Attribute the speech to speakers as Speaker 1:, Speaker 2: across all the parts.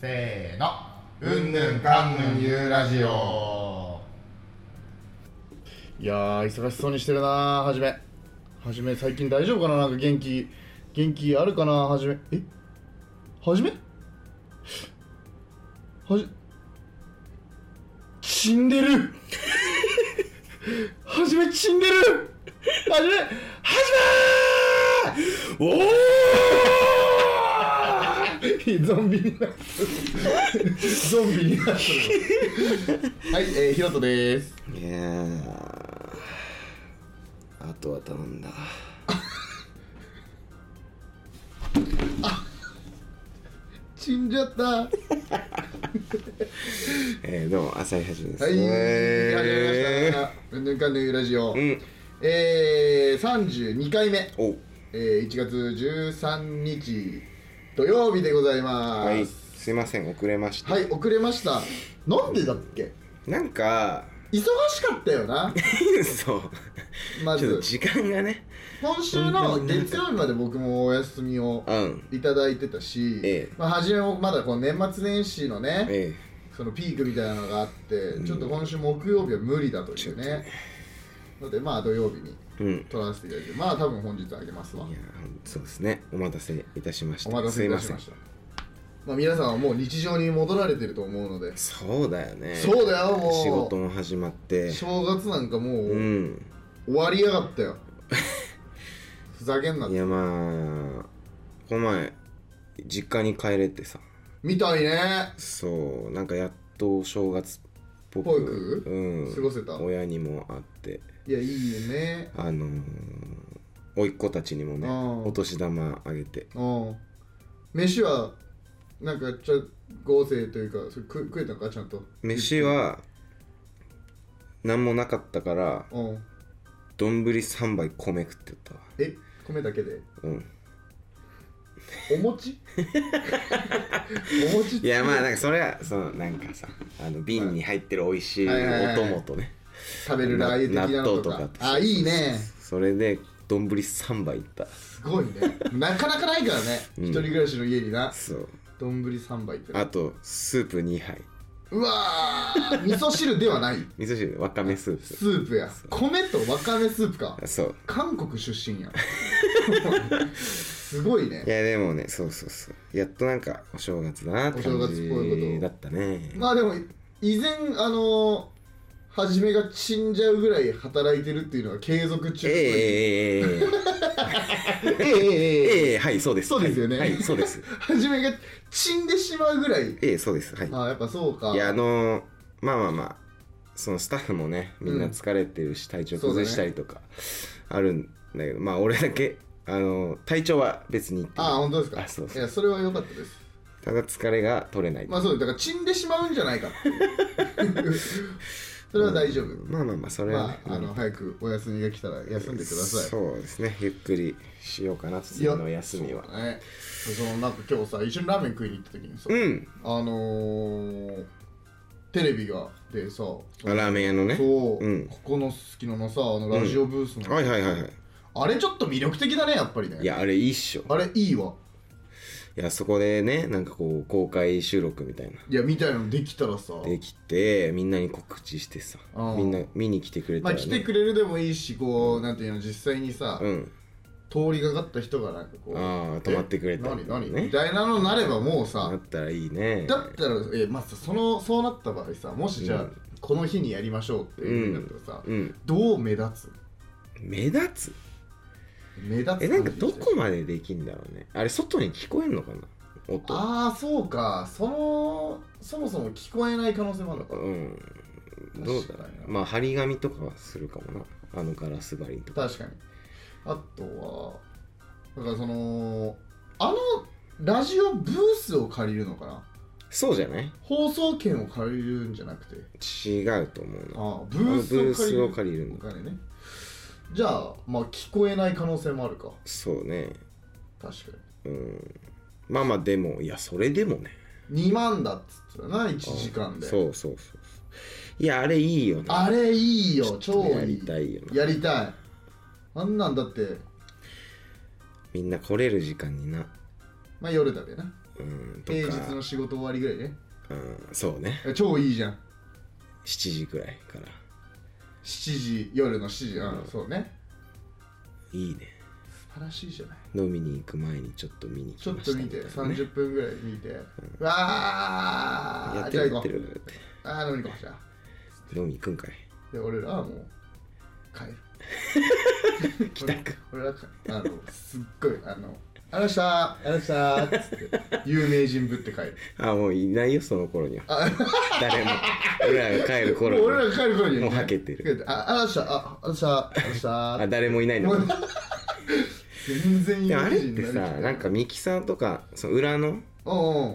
Speaker 1: せーの
Speaker 2: うんぬんかんぬんゆうラジオ
Speaker 3: いやー忙しそうにしてるなーはじめはじめ最近大丈夫かななんか元気元気あるかなはじめえはじめはじ死んでるはじめ死んでるはじめはじめーおおゾンビになっ
Speaker 1: ゾンビになってる
Speaker 3: はい、えー、ひろとです
Speaker 4: いやーあとは頼んだ
Speaker 3: 死んじゃったは
Speaker 4: えー、どうも浅井はじめです、
Speaker 3: い、始まりましたうんぬんかんぬんゆうラジオ、
Speaker 4: うん
Speaker 3: えー、32回目、
Speaker 4: お
Speaker 3: えー、1月13日土曜日でございま
Speaker 4: はい
Speaker 3: す
Speaker 4: すいません遅れました、
Speaker 3: はい、遅れましたなんでだっけ
Speaker 4: な んか
Speaker 3: 忙しかったよな
Speaker 4: そう
Speaker 3: ま
Speaker 4: ちょっと
Speaker 3: ず
Speaker 4: 時間がね
Speaker 3: 今週の月曜日まで僕もお休みを
Speaker 4: うん
Speaker 3: いただいてたし、
Speaker 4: ええ
Speaker 3: まあ、初めもまだこの年末年始のね、
Speaker 4: え
Speaker 3: そのピークみたいなのがあって、ちょっと今週木曜日は無理だというねのでまあ土曜日に
Speaker 4: えうん
Speaker 3: 取らせていただいてまあ多分本日あげますわ
Speaker 4: いやそうですねお待たせいたしました
Speaker 3: お待たせいたしましたまあ皆さんはもう日常に戻られてると思うのです
Speaker 4: いませんそうだよね
Speaker 3: そうだよもう
Speaker 4: 仕事も始まって
Speaker 3: 正月なんかも
Speaker 4: う
Speaker 3: うん終わりやが ったよふざけんなっ
Speaker 4: い
Speaker 3: て
Speaker 4: やまあこの前実家に帰れてさ
Speaker 3: みたいね
Speaker 4: そうなんかやっとお正月っぽく
Speaker 3: ぽく
Speaker 4: うん、
Speaker 3: 過ごせた
Speaker 4: 親にも会って
Speaker 3: いやいいね
Speaker 4: あのー、甥っ子たちにもね
Speaker 3: うん
Speaker 4: お年玉あげて
Speaker 3: うん飯はなんかちょ合成というかそれ食食えたのかちゃんと
Speaker 4: 飯は何もなかったから
Speaker 3: うん
Speaker 4: 丼3杯米食ってたわ
Speaker 3: え米だけで
Speaker 4: うん
Speaker 3: お 餅お餅
Speaker 4: いやまあなんかそれはそのなんかさあの瓶に入ってる美味しい
Speaker 3: はいはいはい
Speaker 4: お
Speaker 3: はい
Speaker 4: 供とね
Speaker 3: 食べるラー油的なのとか
Speaker 4: 納豆とか
Speaker 3: あいいね
Speaker 4: それで丼3杯いった
Speaker 3: すごいねなかなかないからね、
Speaker 4: うん
Speaker 3: 一人暮らしの家にな
Speaker 4: そう
Speaker 3: 丼3杯って
Speaker 4: あとスープ2杯
Speaker 3: うわー味噌汁ではない
Speaker 4: 味噌汁わかめスー
Speaker 3: スープや米とわかめスープか
Speaker 4: プそう
Speaker 3: 韓国出身やすごいね
Speaker 4: いやでもねそうそうそうやっとなんかお正月だなって
Speaker 3: お
Speaker 4: 感
Speaker 3: 正月っぽいこと
Speaker 4: じだったね
Speaker 3: まあでも以前あのー、初めが死んじゃうぐらい働いてるっていうのは継続中
Speaker 4: ええええええ
Speaker 3: ええ
Speaker 4: ええ
Speaker 3: えええ
Speaker 4: ええはいそうです
Speaker 3: そうですよね
Speaker 4: はいはいそうです
Speaker 3: 初めが死んでしまうぐらい
Speaker 4: ええそうですはい
Speaker 3: ああやっぱそうか
Speaker 4: いやあのーまあまあまあそのスタッフもねみんな疲れてるし、体調崩したりとかあるんだけどまあ俺だけあのー体調は別にいいっていう
Speaker 3: ああ本当ですか
Speaker 4: あそうそう
Speaker 3: いやそれは良かったです
Speaker 4: ただ疲れが取れない、
Speaker 3: まあそうだから死んでしまうんじゃないかっていう それは大丈夫、
Speaker 4: まあまあまあそれは
Speaker 3: ま
Speaker 4: ね、
Speaker 3: あ、あの早くお休みが来たら休んでください
Speaker 4: そうですねゆっくりしようかな次の休みは
Speaker 3: そうだねそのなんか今日さ一緒にラーメン食いに行った時にさ、
Speaker 4: うん
Speaker 3: あのー、テレビがでさ
Speaker 4: あラーメン屋のね
Speaker 3: そう、
Speaker 4: うん
Speaker 3: ここの好きなのさあのラジオブースの、
Speaker 4: はいはいはいはい
Speaker 3: あれちょっと魅力的だねやっぱりね
Speaker 4: いやあれいいっしょ
Speaker 3: あれいいわ
Speaker 4: いやそこでねなんかこう公開収録みたいない
Speaker 3: やみたいなのできたらさ
Speaker 4: できてみんなに告知してさ
Speaker 3: うん
Speaker 4: みんな見に来てくれた
Speaker 3: ま
Speaker 4: ら、
Speaker 3: あ
Speaker 4: ね、
Speaker 3: 来てくれるでもいいしこうなんていうの実際にさ、
Speaker 4: うん
Speaker 3: 通りがかった人がなんかこう
Speaker 4: ああ泊まってくれたり
Speaker 3: 何
Speaker 4: とかね
Speaker 3: 何、みたいなのになればもう
Speaker 4: な
Speaker 3: さ
Speaker 4: ったらいいね
Speaker 3: だったらえまず、そのそうなった場合さもしじゃあ、
Speaker 4: うん
Speaker 3: この日にやりましょうっていう風になったらさ、
Speaker 4: うん
Speaker 3: どう目立つ
Speaker 4: 目立つ
Speaker 3: 目立つ
Speaker 4: えなんかどこ
Speaker 3: ま
Speaker 4: までできんだろうねあれ外に聞こえんのかな音
Speaker 3: ああそうかそのそもそも聞こえない可能性もあるのか
Speaker 4: うんどうだろ
Speaker 3: 確か
Speaker 4: う
Speaker 3: に
Speaker 4: まあ張り紙とかはするかもなあのガラス張りとか
Speaker 3: 確かにあとはだからそのあのラジオブースを借りるのかな
Speaker 4: そうじゃない
Speaker 3: 放送権を借りるんじゃなくて
Speaker 4: 違うと思うな
Speaker 3: ああブースを借
Speaker 4: ブ
Speaker 3: りる
Speaker 4: ースを借りるん
Speaker 3: お
Speaker 4: だ
Speaker 3: 金ねじゃあまあ聞こえない可能性もあるか
Speaker 4: そうね
Speaker 3: 確か
Speaker 4: うんまあまあでもいやそれでもね
Speaker 3: に2万だっつってたな1時間で
Speaker 4: そうそうそうそういやあれいいよね
Speaker 3: あれいいよ
Speaker 4: ちょ
Speaker 3: 超
Speaker 4: っ
Speaker 3: い
Speaker 4: と
Speaker 3: い
Speaker 4: やりたいよな
Speaker 3: やりたいあんなんだって
Speaker 4: みんな来れる時間にな
Speaker 3: まあ夜だべな
Speaker 4: うんと
Speaker 3: 平日
Speaker 4: か
Speaker 3: の仕事終わりぐらいね
Speaker 4: うんそうね
Speaker 3: 超いいじゃん
Speaker 4: 7時くらいから
Speaker 3: 7時夜の7時うん、そうね
Speaker 4: いいね
Speaker 3: 素晴らしいじゃない
Speaker 4: 飲みに行く前にちょっと見に
Speaker 3: ち
Speaker 4: 来
Speaker 3: ょっ
Speaker 4: ました
Speaker 3: と見て、
Speaker 4: みたいなね
Speaker 3: 30分ぐらい見て、わー
Speaker 4: やっ
Speaker 3: じ
Speaker 4: て
Speaker 3: ゃあ
Speaker 4: るや
Speaker 3: 行
Speaker 4: っ
Speaker 3: こ
Speaker 4: て
Speaker 3: う
Speaker 4: る
Speaker 3: あー飲みに行こうじゃあ
Speaker 4: 飲み行くんかい
Speaker 3: で俺らはもう帰る帰宅俺らは帰あのすっごいあの「ありがとうございましたありがとうございました」っつって有名人ぶって帰る
Speaker 4: あもういないよその頃には誰も俺らが帰る
Speaker 3: も
Speaker 4: 頃
Speaker 3: う
Speaker 4: に
Speaker 3: 俺ら
Speaker 4: は
Speaker 3: が帰る頃にはね
Speaker 4: もうはけてる
Speaker 3: あありがとうございましたあありがとうございましたあ
Speaker 4: あ
Speaker 3: りがとうございま
Speaker 4: 誰もいない
Speaker 3: も
Speaker 4: の
Speaker 3: うした全然有
Speaker 4: でもあ
Speaker 3: 名
Speaker 4: れっ
Speaker 3: 人に
Speaker 4: て
Speaker 3: な
Speaker 4: さ
Speaker 3: る
Speaker 4: なんかミキさんとかその裏の
Speaker 3: うんう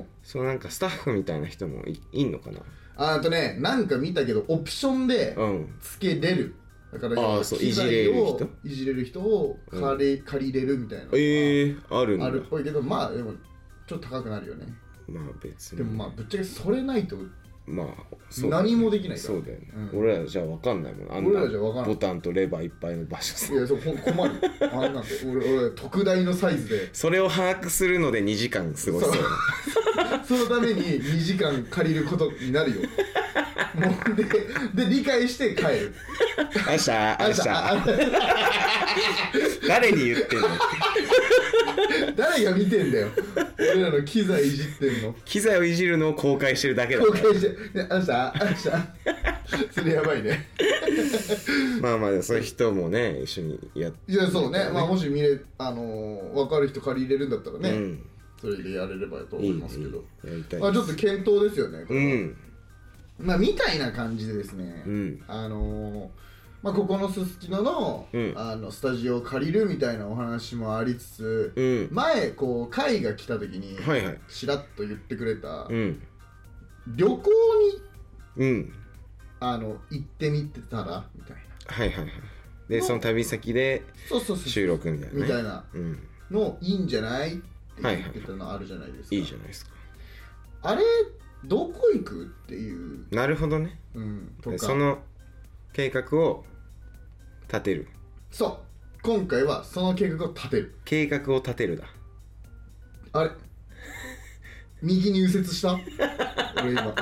Speaker 3: ん
Speaker 4: そのなんかスタッフみたいな人もいいんのかな
Speaker 3: ああとねなんか見たけどオプションで
Speaker 4: うん
Speaker 3: つけれるだから
Speaker 4: あーそういじれる人
Speaker 3: 機材をいじれる人を借り,、借りれるみたいなのが
Speaker 4: ええー、あるんだ
Speaker 3: あるっぽいけどまあでもちょっと高くなるよね
Speaker 4: まあ別に
Speaker 3: でもまあぶっちゃけそれないと
Speaker 4: まあそうだね
Speaker 3: 何もできないから
Speaker 4: そうだよね、
Speaker 3: うん
Speaker 4: 俺らじゃ分かんないもんあんな
Speaker 3: 俺らじゃ分からん
Speaker 4: ボタンとレバーいっぱいの場所さ
Speaker 3: いやそうほん困るあれなんて俺俺特大のサイズで
Speaker 4: それを把握するので2時間過ごすよね
Speaker 3: そのために2時間借りることになるよもうでで理解して帰る
Speaker 4: あしゃあし
Speaker 3: あ
Speaker 4: ゃ
Speaker 3: あ
Speaker 4: 誰に言ってんの
Speaker 3: 誰が見てんだよ俺らの機材いじってんの
Speaker 4: 機材をいじるのを公開してるだけだ
Speaker 3: 公
Speaker 4: か
Speaker 3: 開
Speaker 4: ら
Speaker 3: してで「あんたあんたそれやばいね
Speaker 4: まあまあそういう人もね一緒にやっ
Speaker 3: いやそうねまあもし見れあのー、分かる人借りれるんだったらね、
Speaker 4: うん
Speaker 3: それでやれればと思い
Speaker 4: いい
Speaker 3: ますけど
Speaker 4: いいやりたい
Speaker 3: まあ、ちょっと検討ですよね、こ
Speaker 4: う
Speaker 3: れは
Speaker 4: ん
Speaker 3: まあ、みたいな感じでですね、
Speaker 4: うん
Speaker 3: あのーまあ、ここのすすきのの,、
Speaker 4: うん
Speaker 3: あのスタジオを借りるみたいなお話もありつつ、
Speaker 4: うん
Speaker 3: 前こう会が来た時に、
Speaker 4: はいはい
Speaker 3: ちらっと言ってくれた、
Speaker 4: うん
Speaker 3: 旅行に
Speaker 4: うん
Speaker 3: あの行ってみてたらみたいな
Speaker 4: はいはいはいでその旅先で
Speaker 3: そうそうそう
Speaker 4: 収録みたいな、ね、
Speaker 3: みたいな
Speaker 4: うん
Speaker 3: のいいんじゃないって言ってたのあるじゃないですか、
Speaker 4: いいじゃないですか
Speaker 3: あれどこ行くっていう、
Speaker 4: なるほどね
Speaker 3: うん、と
Speaker 4: で
Speaker 3: か
Speaker 4: その計画を立てる
Speaker 3: そう今回はその計画を立てる
Speaker 4: 計画を立てるだ
Speaker 3: あれ右に右折した俺今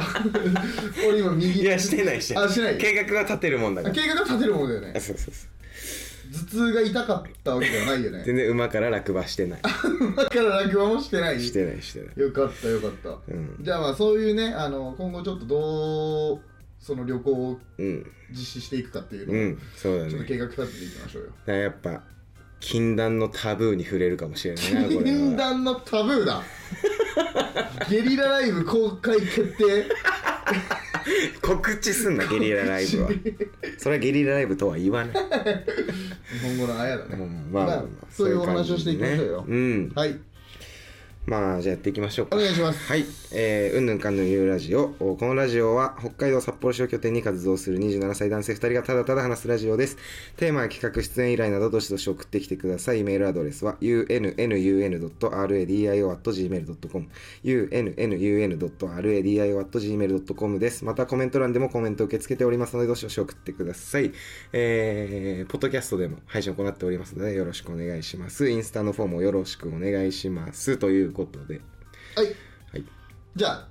Speaker 3: 俺今右に
Speaker 4: いやしてないして
Speaker 3: あしてない
Speaker 4: 計画は立てるもんだか
Speaker 3: あ
Speaker 4: ら
Speaker 3: 計画を立てるものだよね
Speaker 4: あそうそうそう
Speaker 3: 頭痛が痛かったわけじゃないよね
Speaker 4: 全然馬から落馬してない
Speaker 3: だから落馬もしてない
Speaker 4: してないしてない
Speaker 3: よかったよかった、
Speaker 4: うん
Speaker 3: じゃあまあそういうねあの今後ちょっとどうその旅行を
Speaker 4: うん
Speaker 3: 実施していくかっていう
Speaker 4: う
Speaker 3: のを
Speaker 4: んそうだ
Speaker 3: ちょっと
Speaker 4: ね
Speaker 3: 計画立てていきましょうよ、
Speaker 4: だからやっぱ禁断のタブーに触れるかもしれないなこれ
Speaker 3: 禁
Speaker 4: は
Speaker 3: 断のタブーだゲリラライブ公開決定
Speaker 4: 告知すんなゲリラライブはそれはゲリラライブとは言わ ない、
Speaker 3: 日本語のあやだね、
Speaker 4: うんまあまあまあ、
Speaker 3: そういうお話
Speaker 4: 感
Speaker 3: をし
Speaker 4: じ
Speaker 3: て
Speaker 4: で
Speaker 3: いきましょうよ、
Speaker 4: ねうん
Speaker 3: はい
Speaker 4: まあじゃあやっていきましょうか
Speaker 3: お願いします
Speaker 4: はい、えー、うんぬんかんぬんゆうラジオおこのラジオは北海道札幌市を拠点に活動する27歳男性2人がただただ話すラジオですテーマや企画出演依頼などどしどし送ってきてくださいメールアドレスは unnun.radio.gmail.com unnun.radio.gmail.com ですまたコメント欄でもコメント受け付けておりますのでどしどし送ってくださいえー、ポッドキャストでも配信を行っておりますのでよろしくお願いしますインスタのフォームをよろしくお願いしますということで
Speaker 3: はい、
Speaker 4: はい
Speaker 3: じゃあ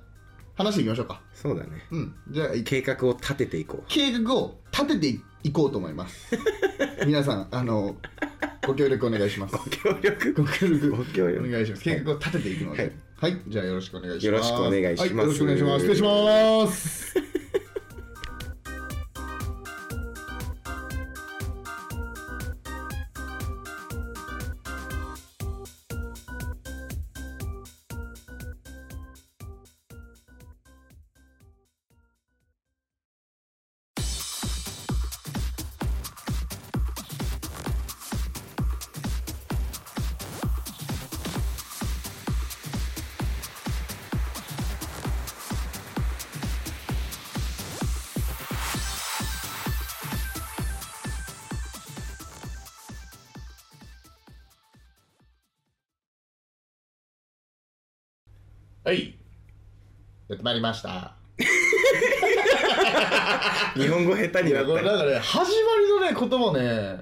Speaker 3: 話していきましょうか
Speaker 4: そうだね
Speaker 3: うんじゃあ
Speaker 4: 計画を立てていこ
Speaker 3: 計画を立てていこうと思います 皆さんあのご協力お願いし ます
Speaker 4: う協力
Speaker 3: ご協力
Speaker 4: ご協
Speaker 3: お
Speaker 4: 力
Speaker 3: 願いします計画を立てていくのではい、じゃあよろしくお願いします
Speaker 4: よろしくお願いし
Speaker 3: は
Speaker 4: ます
Speaker 3: よろしくお願いします失礼します
Speaker 2: はい
Speaker 3: やってまいりました
Speaker 4: 日本語下手
Speaker 3: い
Speaker 4: にな
Speaker 3: や
Speaker 4: っ
Speaker 3: これ
Speaker 4: た
Speaker 3: なんかね始まりのね言葉ね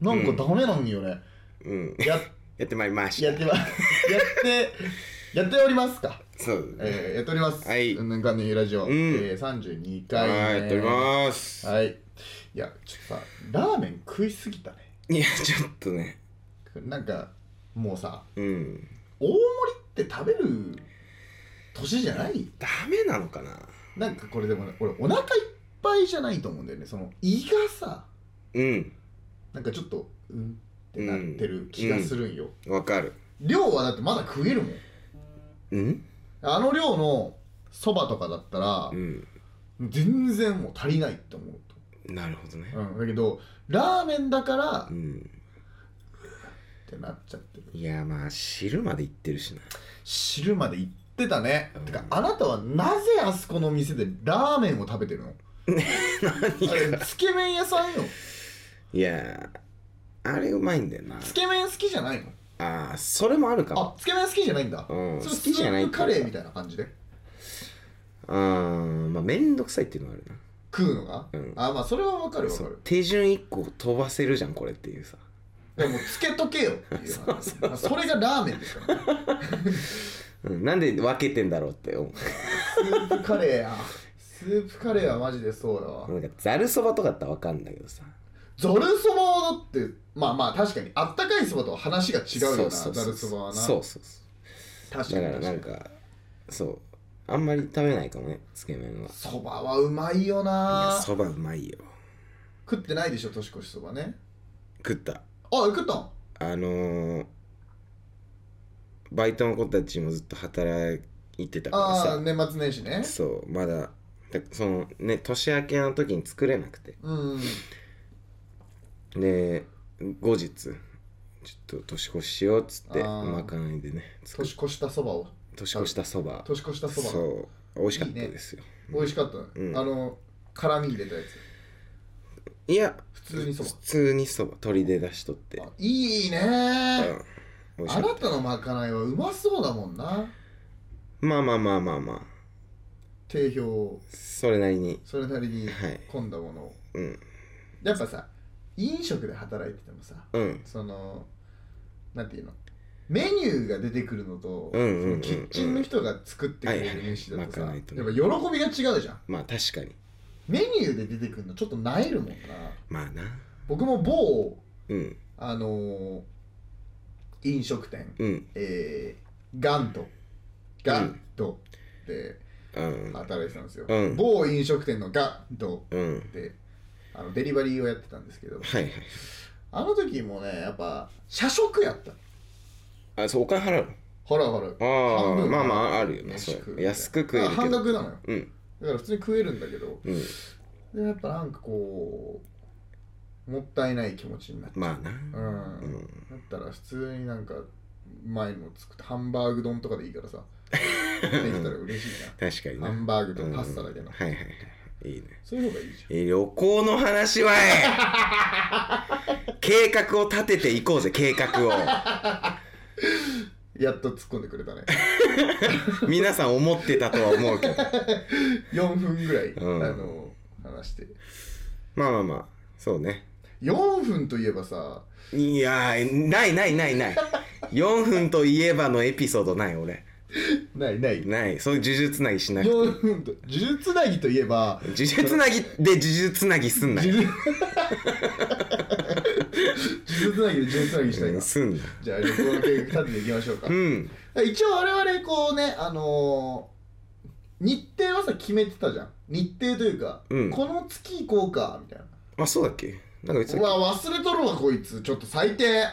Speaker 3: なんかダメなんよね、
Speaker 4: うん
Speaker 3: やっ
Speaker 4: やってまいりまし
Speaker 3: やったてまやってやっておりますか。
Speaker 4: そうですね
Speaker 3: えー、やっております。
Speaker 4: はい
Speaker 3: うん、元年ラジオ、
Speaker 4: うん
Speaker 3: えー、32回
Speaker 4: は
Speaker 3: 目。
Speaker 4: い、やっております。
Speaker 3: はい。いや、ちょっとさ、ラーメン食いすぎたね。
Speaker 4: いや、ちょっとね、
Speaker 3: なんか、もうさ、
Speaker 4: うん。
Speaker 3: 大盛りって食べる年じゃない
Speaker 4: ダメなのかな
Speaker 3: なんかこれでもね、俺、お腹いっぱいじゃないと思うんだよね。その胃がさ、
Speaker 4: うん、
Speaker 3: なんかちょっと、うんってなってる気がするんよ。
Speaker 4: わかる。
Speaker 3: 量はだってまだ食えるもん。
Speaker 4: うん
Speaker 3: あの量のそばとかだったら
Speaker 4: う、ん。
Speaker 3: 全然もう足りないって思うと。
Speaker 4: なるほどね。
Speaker 3: うん、だけどラーメンだからっ
Speaker 4: うん。
Speaker 3: てなっちゃってる
Speaker 4: いや、まあ、汁までいってるしな。
Speaker 3: 汁まで行ってたね、
Speaker 4: うん
Speaker 3: てかあなたはなぜあそこの店でラーメンを食べてるの あれつけ麺屋さんよ
Speaker 4: いや、あれうまいんだよな。
Speaker 3: つけ麺好きじゃないの
Speaker 4: ああ、それもあるかも。
Speaker 3: あつけ麺好きじゃないんだ、
Speaker 4: うん、
Speaker 3: そ
Speaker 4: 好
Speaker 3: れ
Speaker 4: きじゃない
Speaker 3: スープカレーみ
Speaker 4: い
Speaker 3: たいな感じで
Speaker 4: な。うん、まあ、めんどくさいっていうのはあるな。
Speaker 3: 食うのが、
Speaker 4: うん
Speaker 3: あまあそれはわかるわか
Speaker 4: そう
Speaker 3: る
Speaker 4: 手順一個飛ばせるじゃん、これっていうさ。
Speaker 3: でもつけとけよっていう話 まあそれがラーメンですから、ね、
Speaker 4: うん、なんで分けてんだろうって思う。
Speaker 3: スープカレーやスープカレーはマジでそうだわ
Speaker 4: なんか、ざるそばとかだったらわかんだけどさ。
Speaker 3: ざるそばはだってまあまあ確かにあったかいそばとは話が違うよな
Speaker 4: そ
Speaker 3: ざるそばはな
Speaker 4: そうそうそう。
Speaker 3: 確か
Speaker 4: だ
Speaker 3: に確
Speaker 4: から
Speaker 3: か
Speaker 4: なん
Speaker 3: に
Speaker 4: かそうあんまり食べないかもねつけ麺は
Speaker 3: そばはうまいよ
Speaker 4: いや
Speaker 3: な
Speaker 4: そばうまいよ
Speaker 3: 食ってないでしょ年越しそばね
Speaker 4: 食った
Speaker 3: あ食ったん
Speaker 4: あのー、バイトの子たちもずっと働いてたから
Speaker 3: ああ
Speaker 4: さ、
Speaker 3: 年末年始ね
Speaker 4: そうまだだそのね年明けの時に作れなくて
Speaker 3: うん
Speaker 4: で後日ちょっと年越ししようっつって
Speaker 3: あー
Speaker 4: まかないでね作っ
Speaker 3: 年越したそばを
Speaker 4: 年越したそば
Speaker 3: 年越したそば
Speaker 4: そう美味しかったですよ
Speaker 3: 美味しかった、
Speaker 4: ん
Speaker 3: あの辛み入れたやつ
Speaker 4: いや
Speaker 3: 普通にそば
Speaker 4: 普通にそば鶏で出しとって
Speaker 3: あいいね
Speaker 4: 美味し
Speaker 3: あ
Speaker 4: かった
Speaker 3: なたのまかないはうまそうだもんな
Speaker 4: まあまあまあまあまあ
Speaker 3: 定評
Speaker 4: それなりに
Speaker 3: それなりに
Speaker 4: はい
Speaker 3: 混んだものを、
Speaker 4: うん
Speaker 3: やっぱさ飲食で働いててもさ
Speaker 4: うん
Speaker 3: そのなんていうのメニューが出てくるのと、
Speaker 4: うんうんうんう
Speaker 3: その
Speaker 4: ん
Speaker 3: キッチンの人が作ってくれ
Speaker 4: はいはい
Speaker 3: る飯だとさ、
Speaker 4: まかないとね
Speaker 3: やっぱ喜びが違うじゃん
Speaker 4: まあ確かに
Speaker 3: メニューで出てくるのちょっとなえるもんな
Speaker 4: まあな
Speaker 3: 僕も某
Speaker 4: うん
Speaker 3: あのー飲食店
Speaker 4: うん
Speaker 3: えー、ガントガントで
Speaker 4: うん
Speaker 3: 働いてたんですよ、
Speaker 4: うん
Speaker 3: 某飲食店のガント
Speaker 4: うん
Speaker 3: であのデリバリーをやってたんですけど
Speaker 4: はいはい
Speaker 3: あの時もねやっぱ社食やった
Speaker 4: あそうお金払う
Speaker 3: ほらほら
Speaker 4: のああ
Speaker 3: 半分
Speaker 4: まあまああるよね
Speaker 3: 飯
Speaker 4: そ
Speaker 3: 食う
Speaker 4: う安く食えるけ
Speaker 3: 半
Speaker 4: ど
Speaker 3: 額なのよ
Speaker 4: うん
Speaker 3: だから普通に食えるんだけど
Speaker 4: うん
Speaker 3: でもやっぱなんかこうもったいない気持ちになって
Speaker 4: まあな
Speaker 3: うん、
Speaker 4: うん
Speaker 3: だったら普通になんか前も作ってハンバーグ丼とかでいいから さできたら嬉しい
Speaker 4: 確かに
Speaker 3: な
Speaker 4: な
Speaker 3: ハンバーグとパスタだけの、
Speaker 4: うんはいはいはいいいね
Speaker 3: そういう方がいいじゃん
Speaker 4: え旅行の話はい 計画を立てていこうぜ計画を
Speaker 3: やっと突っ込んでくれたね
Speaker 4: 皆さん思ってたとは思うけど
Speaker 3: 4分ぐらい、
Speaker 4: うん
Speaker 3: あの話して
Speaker 4: まあまあまあそうね
Speaker 3: 4分といえばさ
Speaker 4: いやーないないないない4分といえばのエピソードない俺
Speaker 3: ないない
Speaker 4: ないそういう呪術つなぎしなくて
Speaker 3: 4分と呪術つなぎといえば
Speaker 4: 呪術つなぎで呪術つなぎすんな
Speaker 3: 呪術呪術つなぎで呪術つなぎしたいな、
Speaker 4: うんすんな
Speaker 3: じゃあ旅行の計画立てていきましょうか
Speaker 4: うん
Speaker 3: 一応我々こうねあのー日程はさ決めてたじゃん日程というか、
Speaker 4: うん
Speaker 3: この月行こうかみたいな
Speaker 4: あそうだっけなんか別
Speaker 3: う
Speaker 4: に
Speaker 3: わ忘れとるわこいつちょっと最低
Speaker 4: あ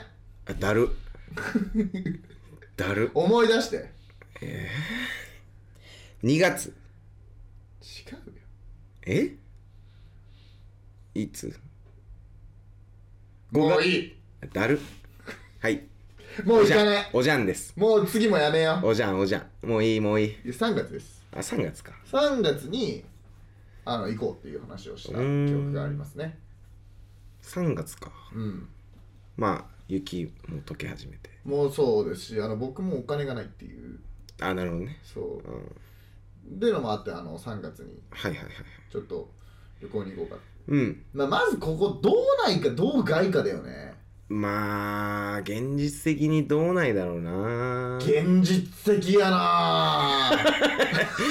Speaker 4: だるだる
Speaker 3: 思い出して違う
Speaker 4: 2月
Speaker 3: よ
Speaker 4: えいつ
Speaker 3: もういい
Speaker 4: だるはい
Speaker 3: もう行かない
Speaker 4: おじゃんです
Speaker 3: もう次もやめよ
Speaker 4: おじゃんおじゃんもういいもういい
Speaker 3: い
Speaker 4: う
Speaker 3: や3月です
Speaker 4: あ3月か
Speaker 3: 3月にあの行こうっていう話をした
Speaker 4: う
Speaker 3: 記
Speaker 4: ーん
Speaker 3: 憶がありますね
Speaker 4: 3月か
Speaker 3: うん
Speaker 4: まあ雪も溶け始めて
Speaker 3: もうそうですしあの僕もお金がないっていう
Speaker 4: あなるほどね
Speaker 3: そううんでのもあってあの3月に
Speaker 4: はいはいはい
Speaker 3: ちょっと旅行に行こうか
Speaker 4: うん
Speaker 3: まあ、まずここどうないかどう外かだよね
Speaker 4: まあ現実的にどうないだろうな
Speaker 3: 現実的やな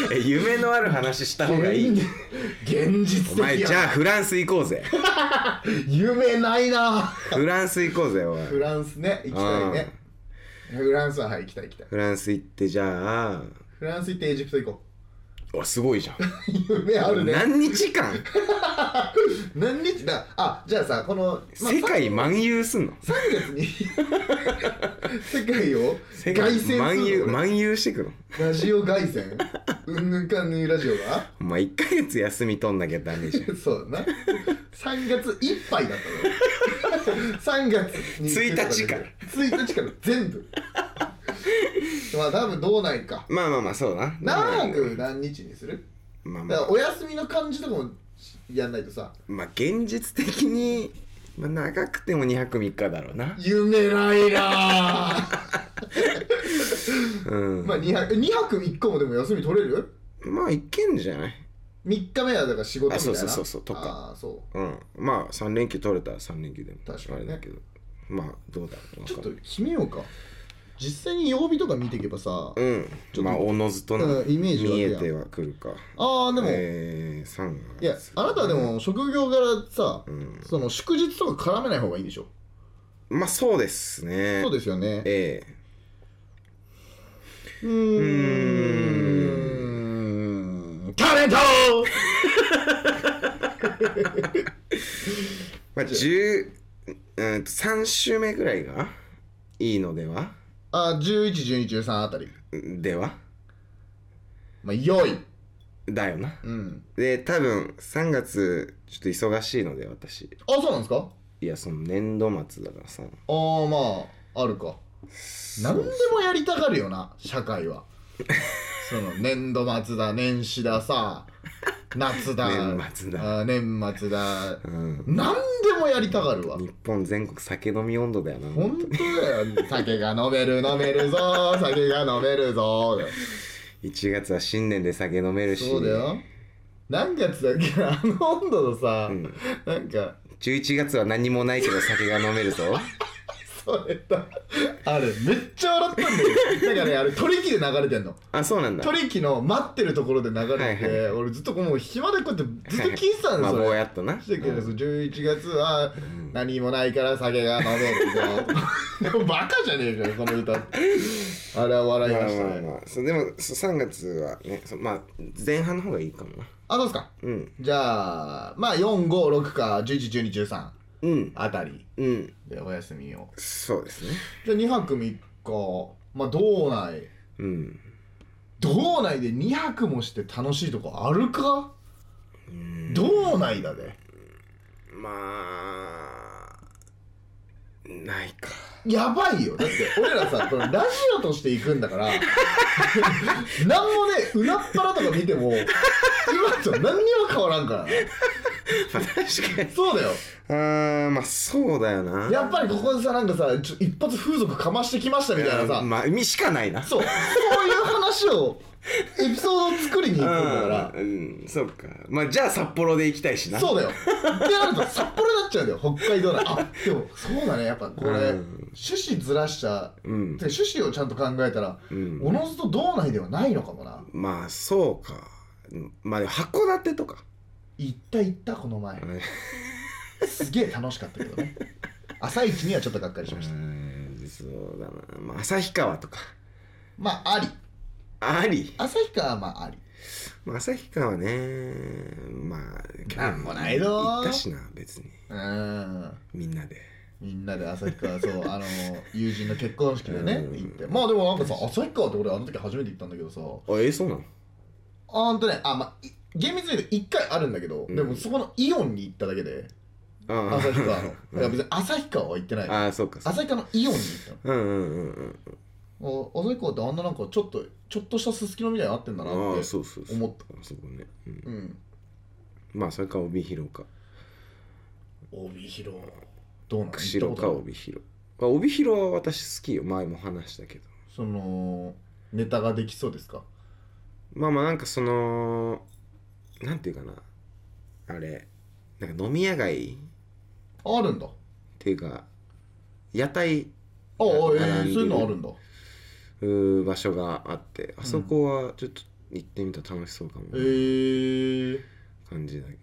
Speaker 3: ぁ
Speaker 4: え夢のある話した方がいい
Speaker 3: 現
Speaker 4: お
Speaker 3: 実
Speaker 4: 前
Speaker 3: 的や
Speaker 4: じゃあフランス行こうぜ
Speaker 3: 夢ないなぁ
Speaker 4: フランス行こうぜおい
Speaker 3: フランスね 行きたいねフランスははい行きたい行きたい
Speaker 4: フランス行ってじゃあ
Speaker 3: フランス行ってエジプト行こ
Speaker 4: おすごいじゃん
Speaker 3: う夢あるね
Speaker 4: 何日間
Speaker 3: 何日だあじゃあさこの、まあ、
Speaker 4: 世界漫遊すんの
Speaker 3: 3月に 世界を
Speaker 4: 世界
Speaker 3: 凱旋するの
Speaker 4: 漫遊
Speaker 3: 俺
Speaker 4: 漫遊してくの
Speaker 3: ラジオ凱旋うんぬんかんぬいラジオが
Speaker 4: お前1ヶ月休み取んなきゃダメじゃ ん
Speaker 3: そうだな3月いっぱいだったの3 月に
Speaker 4: 1日から
Speaker 3: 1日から全部まあ多分どうないか
Speaker 4: まあまあまあそうだな
Speaker 3: 長く何日にする
Speaker 4: まあま
Speaker 3: だから
Speaker 4: あ
Speaker 3: お休みの感じとかもやんないとさ
Speaker 4: まあ現実的に、まあ、長くても2泊3日だろうな
Speaker 3: 夢ないな ぁ
Speaker 4: うん
Speaker 3: まあ2泊2泊3日もでも休み取れる
Speaker 4: まあいけんじゃない
Speaker 3: 3日目はだから仕事みたいな
Speaker 4: あそうそうそうそうとか
Speaker 3: あーそ
Speaker 4: うんまあ3連休取れたら3連休でも
Speaker 3: 確かにね
Speaker 4: あれだけどまあどうだろう
Speaker 3: う
Speaker 4: わ
Speaker 3: ち
Speaker 4: か
Speaker 3: ょっ
Speaker 4: ん
Speaker 3: と
Speaker 4: ない
Speaker 3: 決めようか実際に曜日とか見ていけばさ、ち
Speaker 4: う
Speaker 3: ょっと
Speaker 4: んまあおのずとな、
Speaker 3: うんイメージ湧く
Speaker 4: 見
Speaker 3: やん
Speaker 4: えてはくるか
Speaker 3: ああでも、
Speaker 4: えー、3月
Speaker 3: いやあなたはでも職業柄さ、
Speaker 4: ん
Speaker 3: その祝日とか絡めない方がいいでしょ
Speaker 4: まあそうですね
Speaker 3: そうですよね
Speaker 4: え
Speaker 3: う
Speaker 4: え
Speaker 3: ーんタレント
Speaker 4: まあ10うんと3週目ぐらいがいいのでは
Speaker 3: あ111213あたり
Speaker 4: では
Speaker 3: まあ良い
Speaker 4: だよな
Speaker 3: うん
Speaker 4: で多分3月ちょっと忙しいので私
Speaker 3: あそうなんですか
Speaker 4: いやその年度末だからさ
Speaker 3: ああまああるか何でもやりたがるよな社会はその年度末だ年始ださ夏だ
Speaker 4: 年末だ
Speaker 3: あー年末だ
Speaker 4: うん
Speaker 3: 何でもやりたがるわ
Speaker 4: 日本全国酒飲み温度だよな
Speaker 3: 本当だよ酒が飲める飲めるぞ酒が飲めるぞ
Speaker 4: 1月は新年で酒飲めるし
Speaker 3: そうだよ何月だっけあの温度のさ、
Speaker 4: うん
Speaker 3: なんか
Speaker 4: 11月は何もないけど酒が飲めるぞ
Speaker 3: それだあれめっちゃ笑ったんだけどだからねあれ取り木で流れてんの
Speaker 4: あそうなんだ
Speaker 3: 取り木の待ってるところで流れて、
Speaker 4: はいは
Speaker 3: 俺ずっとこうもう暇でこうやってずっと聞いてたんです
Speaker 4: ま
Speaker 3: よ、
Speaker 4: あぼ
Speaker 3: そ
Speaker 4: う
Speaker 3: れ
Speaker 4: やっとな
Speaker 3: してけど、
Speaker 4: うん
Speaker 3: 11月は何もないから酒が飲めるぞ バカじゃねえかよこの歌あれは笑い
Speaker 4: ま
Speaker 3: ま
Speaker 4: あ
Speaker 3: したね、
Speaker 4: まあまあそうでも3月はねそまあ前半の方がいいかもな
Speaker 3: あどうですか
Speaker 4: うん
Speaker 3: じゃあまあ456か111213
Speaker 4: うん
Speaker 3: あたり
Speaker 4: うん
Speaker 3: でお休みを
Speaker 4: そうですね
Speaker 3: じゃあ2泊3日まあ道内
Speaker 4: うん
Speaker 3: 道内で2泊もして楽しいとこあるか道内だで
Speaker 4: まあないか
Speaker 3: やばいよだって俺らさこれラジオとして行くんだから なんもねうなっぱらとか見ても今と何にも変わらんからね
Speaker 4: まあ確かに
Speaker 3: そうだよ
Speaker 4: あーまあそうだよな
Speaker 3: やっぱりここでさなんかさちょ一発風俗かましてきましたみたいなさ
Speaker 4: まあ意しかないな
Speaker 3: そう、そういう話を、エピソードを作りに行くんだから、
Speaker 4: うん、うんそうかまあじゃあ札幌で行きたいしな
Speaker 3: そうだよ。ってなると、札幌になっちゃうんだよ、北海道の。あでも、そうだね、やっぱこれ、
Speaker 4: うん
Speaker 3: 趣旨ずらしちゃ、
Speaker 4: う
Speaker 3: で
Speaker 4: ん
Speaker 3: 趣旨をちゃんと考えたら、
Speaker 4: うん
Speaker 3: おのずと道内ではないのかもな。
Speaker 4: まあそうかうんまあでも函館とか
Speaker 3: 行った行った、この前。すげえ楽しかったけどね。朝一にはちょっとがっかりしました。
Speaker 4: うんそうだなまあ旭川とか
Speaker 3: まあ、あり。
Speaker 4: あり
Speaker 3: 旭川はまあ、あり。
Speaker 4: まあ旭川ねまあ
Speaker 3: なんもないぞ
Speaker 4: 行ったしな別に
Speaker 3: うーん。
Speaker 4: みんなで
Speaker 3: みんなで旭川そう あの友人の結婚式でね
Speaker 4: うん
Speaker 3: 行ってまあでもなんかさ旭川って俺あの時初めて行ったんだけどさ
Speaker 4: あええそうなの
Speaker 3: あんとねあまあい厳密に言うと1回あるんだけど、
Speaker 4: うん
Speaker 3: でもそこのイオンに行っただけで
Speaker 4: あ
Speaker 3: 旭川の
Speaker 4: うん
Speaker 3: いや別に旭川は行ってない
Speaker 4: ああそうかそうか
Speaker 3: 旭川のイオンに行った
Speaker 4: うんうんうんうん
Speaker 3: のあ旭川ってあんななんかちょっとちょっとしたすすきのみたいになってんだな
Speaker 4: あ
Speaker 3: っ
Speaker 4: あ
Speaker 3: て
Speaker 4: そうそうそう
Speaker 3: 思った
Speaker 4: あそこね、うん、
Speaker 3: うん
Speaker 4: まあそれか帯広か
Speaker 3: 帯広どうなの
Speaker 4: 釧路
Speaker 3: 行ったこ
Speaker 4: か
Speaker 3: とある
Speaker 4: 帯広まあ帯広は私好きよ前も話したけど
Speaker 3: そのネタができそうですか
Speaker 4: まあまあなんかそのなんていうかなあれなんか飲み屋街っ
Speaker 3: あるんだ
Speaker 4: ていうか屋台
Speaker 3: ああ、え
Speaker 4: 並んで
Speaker 3: ー、
Speaker 4: る
Speaker 3: そういうのあるんだ。
Speaker 4: うー場所があってあそこはちょっと行ってみたら楽しそうかも、
Speaker 3: えー、
Speaker 4: 感じだけど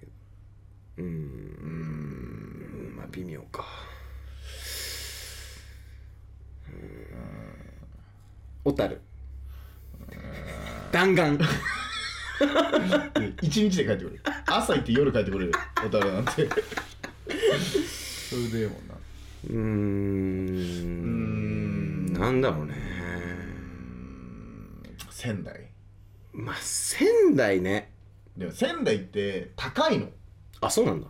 Speaker 4: うーんまあ微妙かうーん小樽弾丸
Speaker 3: で一日で帰ってくる。朝行って夜帰ってくれる。小樽なんて。
Speaker 5: それでええもんな
Speaker 4: うーんなんだろうね
Speaker 3: 仙台。
Speaker 4: まあ仙台ね
Speaker 3: でも仙台って高いの。
Speaker 4: あそうなんだ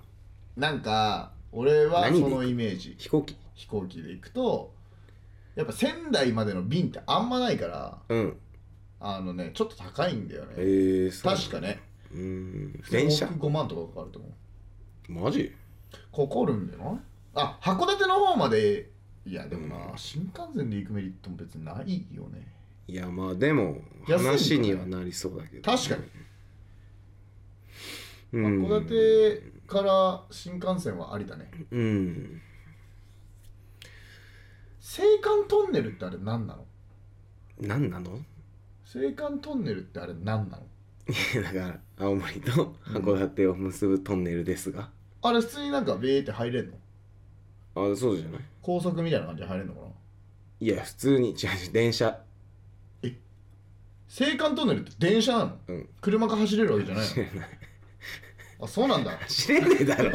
Speaker 3: なんか、俺は
Speaker 4: 何で
Speaker 3: そのイメージ。
Speaker 4: 飛行機
Speaker 3: 飛行機で行くと、やっぱ仙台までの便ってあんまないから、
Speaker 4: うん
Speaker 3: あのね、ちょっと高いんだよ
Speaker 4: え
Speaker 3: ね。
Speaker 4: ー、そう
Speaker 3: 確かね。
Speaker 4: うーん電車
Speaker 3: 5万とかかかると思う。
Speaker 4: マジ
Speaker 3: かかるんじゃないあ函館の方までいやでもな、
Speaker 4: うん
Speaker 3: 新幹線で行くメリットも別にないよね
Speaker 4: いやまあでも
Speaker 3: 安いんだね
Speaker 4: 話にはなりそうだけど
Speaker 3: 確かに
Speaker 4: うん
Speaker 3: 函館から新幹線はありだね
Speaker 4: うん
Speaker 3: 青函トンネルってあれ何なの
Speaker 4: 何なの
Speaker 3: 青函トンネルってあれ何なの
Speaker 4: だから青森と函館を結ぶトンネルですが、
Speaker 3: あれ普通になんかベーって入れんの
Speaker 4: あそうじゃない
Speaker 3: 高速みたいな感じで入れんのかない
Speaker 4: や普通に違う違う電車
Speaker 3: 青函トンネルって電車なの、
Speaker 4: うん
Speaker 3: 車が走れるわけじゃないの
Speaker 4: 知らない
Speaker 3: あそうなんだ
Speaker 4: 知れねえ だろ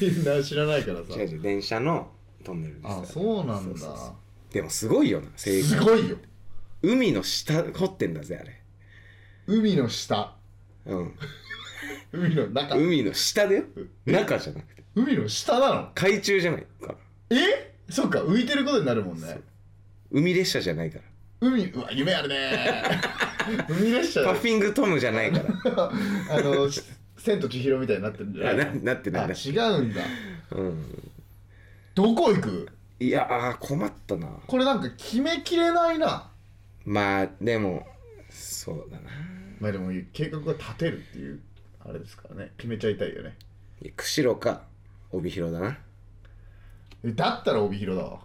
Speaker 3: みんな知らないからさ
Speaker 4: 違う違う電車のトンネルです
Speaker 3: あそうなんだ
Speaker 4: そうそうそでもすごいよな青
Speaker 3: す
Speaker 4: 函
Speaker 3: ごいよ
Speaker 4: 海の下掘ってんだぜあれ
Speaker 3: 海の下
Speaker 4: うん
Speaker 3: 海の中
Speaker 4: 海の下だよ中じゃなくて
Speaker 3: 海の下なの
Speaker 4: 海中じゃないから
Speaker 3: えそっか浮いてることになるもんね
Speaker 4: 海列車じゃないから
Speaker 3: 海うわ夢ある ね海列車
Speaker 4: パフィングトムじゃないから
Speaker 3: あのし千と千尋みたいになってるんじゃ
Speaker 4: あ
Speaker 3: な
Speaker 4: ないなってないな
Speaker 3: あ違うんだ
Speaker 4: うん、
Speaker 3: どこ行く
Speaker 4: いやー困ったな
Speaker 3: これなんか決めきれないな
Speaker 4: まあでもそうだな
Speaker 3: まあでも計画は立てるっていうあれですからね決めちゃいたいよね
Speaker 4: 釧路か帯広だな
Speaker 3: えだったら帯広だわ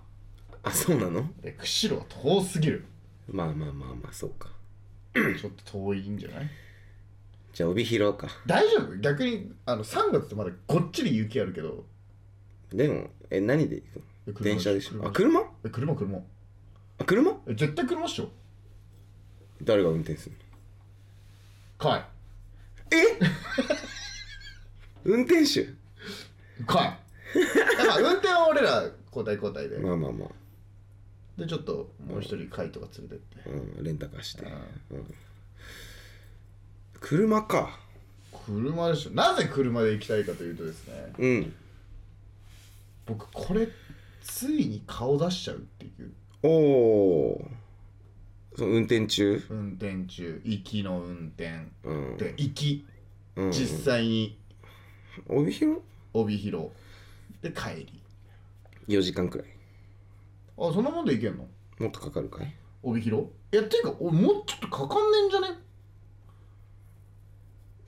Speaker 4: あそうなの
Speaker 3: え釧路は遠すぎる
Speaker 4: まあまあまあまあそうか
Speaker 3: ちょっと遠いんじゃない
Speaker 4: じゃあ帯広か
Speaker 3: 大丈夫逆にあの3月ってまだごっちり雪あるけど
Speaker 4: でもえ何で行く
Speaker 3: え
Speaker 4: の
Speaker 3: 車
Speaker 4: 電車でしょ
Speaker 3: 車
Speaker 4: あ車
Speaker 3: え車車
Speaker 4: あ車
Speaker 3: え絶対車っしょ
Speaker 4: 誰が運転するの
Speaker 3: かい
Speaker 4: 運転手
Speaker 3: かいだから運転は俺ら交代交代で、
Speaker 4: まあまあまあ、
Speaker 3: でちょっともう一人海とか連れてって
Speaker 4: うん、レンタカーして、
Speaker 3: う
Speaker 4: うん、車か
Speaker 3: 車でしょなぜ車で行きたいかというとですね
Speaker 4: うん
Speaker 3: 僕これついに顔出しちゃうっていう
Speaker 4: おおーその運転中
Speaker 3: 運転中行きの運転
Speaker 4: うん
Speaker 3: で行き
Speaker 4: うん
Speaker 3: 実際に
Speaker 4: 帯広
Speaker 3: 帯広で帰り
Speaker 4: 4時間くらい
Speaker 3: あそんなもんで行けんの
Speaker 4: もっとかかるかい
Speaker 3: 帯広いやっていうかおもうちょっとかかんねえんじゃね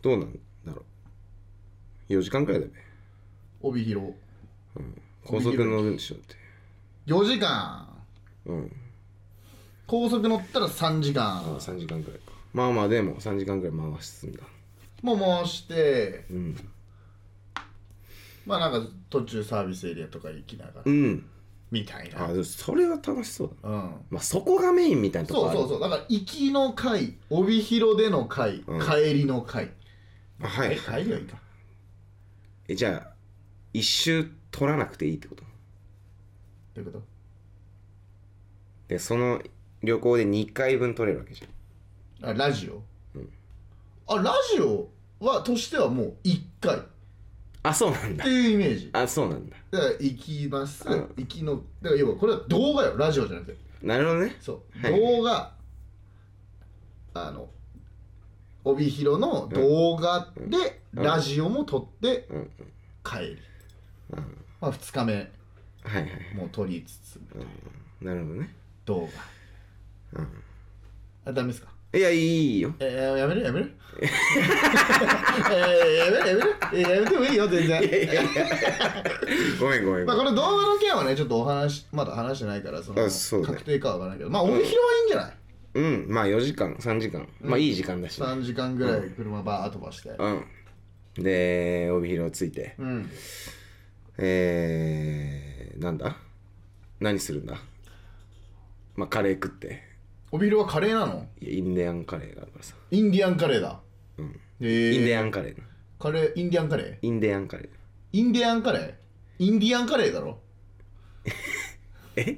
Speaker 4: どうなんだろう4時間くらいだべ
Speaker 3: 帯広
Speaker 4: 高速乗るんでしょって
Speaker 3: 4時間
Speaker 4: うん
Speaker 3: 高速乗ったら3時間
Speaker 4: ああ3時間くらいかまあまあでも3時間くらい回すんだ
Speaker 3: もう回して
Speaker 4: うん
Speaker 3: まあなんか途中サービスエリアとか行きながら、
Speaker 4: うん
Speaker 3: みたい
Speaker 4: あ
Speaker 3: な。
Speaker 4: あでもそれは楽しそうだな
Speaker 3: うん。
Speaker 4: まあそこがメインみたいなとこ
Speaker 3: そう
Speaker 4: ある
Speaker 3: そうそう。だから行きの会、帯広での会、
Speaker 4: うん
Speaker 3: 帰りの会。
Speaker 4: あは
Speaker 3: え、
Speaker 4: い
Speaker 3: 帰りはいいか。
Speaker 4: えじゃあ一周取らなくていいってこと
Speaker 3: ということ
Speaker 4: でその旅行で2回分取れるわけじゃん
Speaker 3: あ、ラジオ。
Speaker 4: うん
Speaker 3: あ、ラジオは、としてはもう1回っ
Speaker 4: あそうなんだ
Speaker 3: ていうイメージ。
Speaker 4: あそうなんだ
Speaker 3: だから行きます、
Speaker 4: うん
Speaker 3: 行きの、だから要はこれは動画よ、ラジオじゃなくて。
Speaker 4: なるほどね
Speaker 3: そう。
Speaker 4: はい
Speaker 3: 動画、あの、帯広の動画で、
Speaker 4: うん
Speaker 3: ラジオも撮って
Speaker 4: うん
Speaker 3: 帰り。
Speaker 4: うん
Speaker 3: まあ2日目
Speaker 4: はいはいはい
Speaker 3: もう撮りつつ
Speaker 4: なるほどね
Speaker 3: 動画
Speaker 4: うん
Speaker 3: あダメですか
Speaker 4: いや、いいよ。
Speaker 3: えー、やめるやめる えー、やめるやめるえーやめてもいいよ全然
Speaker 4: ごめんごめん。
Speaker 3: ま
Speaker 4: ご
Speaker 3: あ
Speaker 4: め
Speaker 3: この
Speaker 4: ん
Speaker 3: 動画の件はねちょっとお話まだ話してないからその
Speaker 4: あそうね
Speaker 3: 確定かは分からないけどまあ帯広はいいんじゃない、
Speaker 4: うん、まあ4時間、3時間。まあいい時間だし、ね。
Speaker 3: 3時間ぐらい車バーッ飛ばして
Speaker 4: うん。で、帯広着いて。
Speaker 3: うん
Speaker 4: えー、なんだ何するんだまあカレー食って。
Speaker 3: 帯広はカレーなの
Speaker 4: いやインディアンカレーがあるからさ。
Speaker 3: インディアンカレーだ
Speaker 4: うん。
Speaker 3: え
Speaker 4: インデ
Speaker 3: ー、
Speaker 4: ィアンカレーな。
Speaker 3: カレーインディアンカレー
Speaker 4: インディアンカレー。
Speaker 3: インディアンカレーインディアンカレーだろ
Speaker 4: え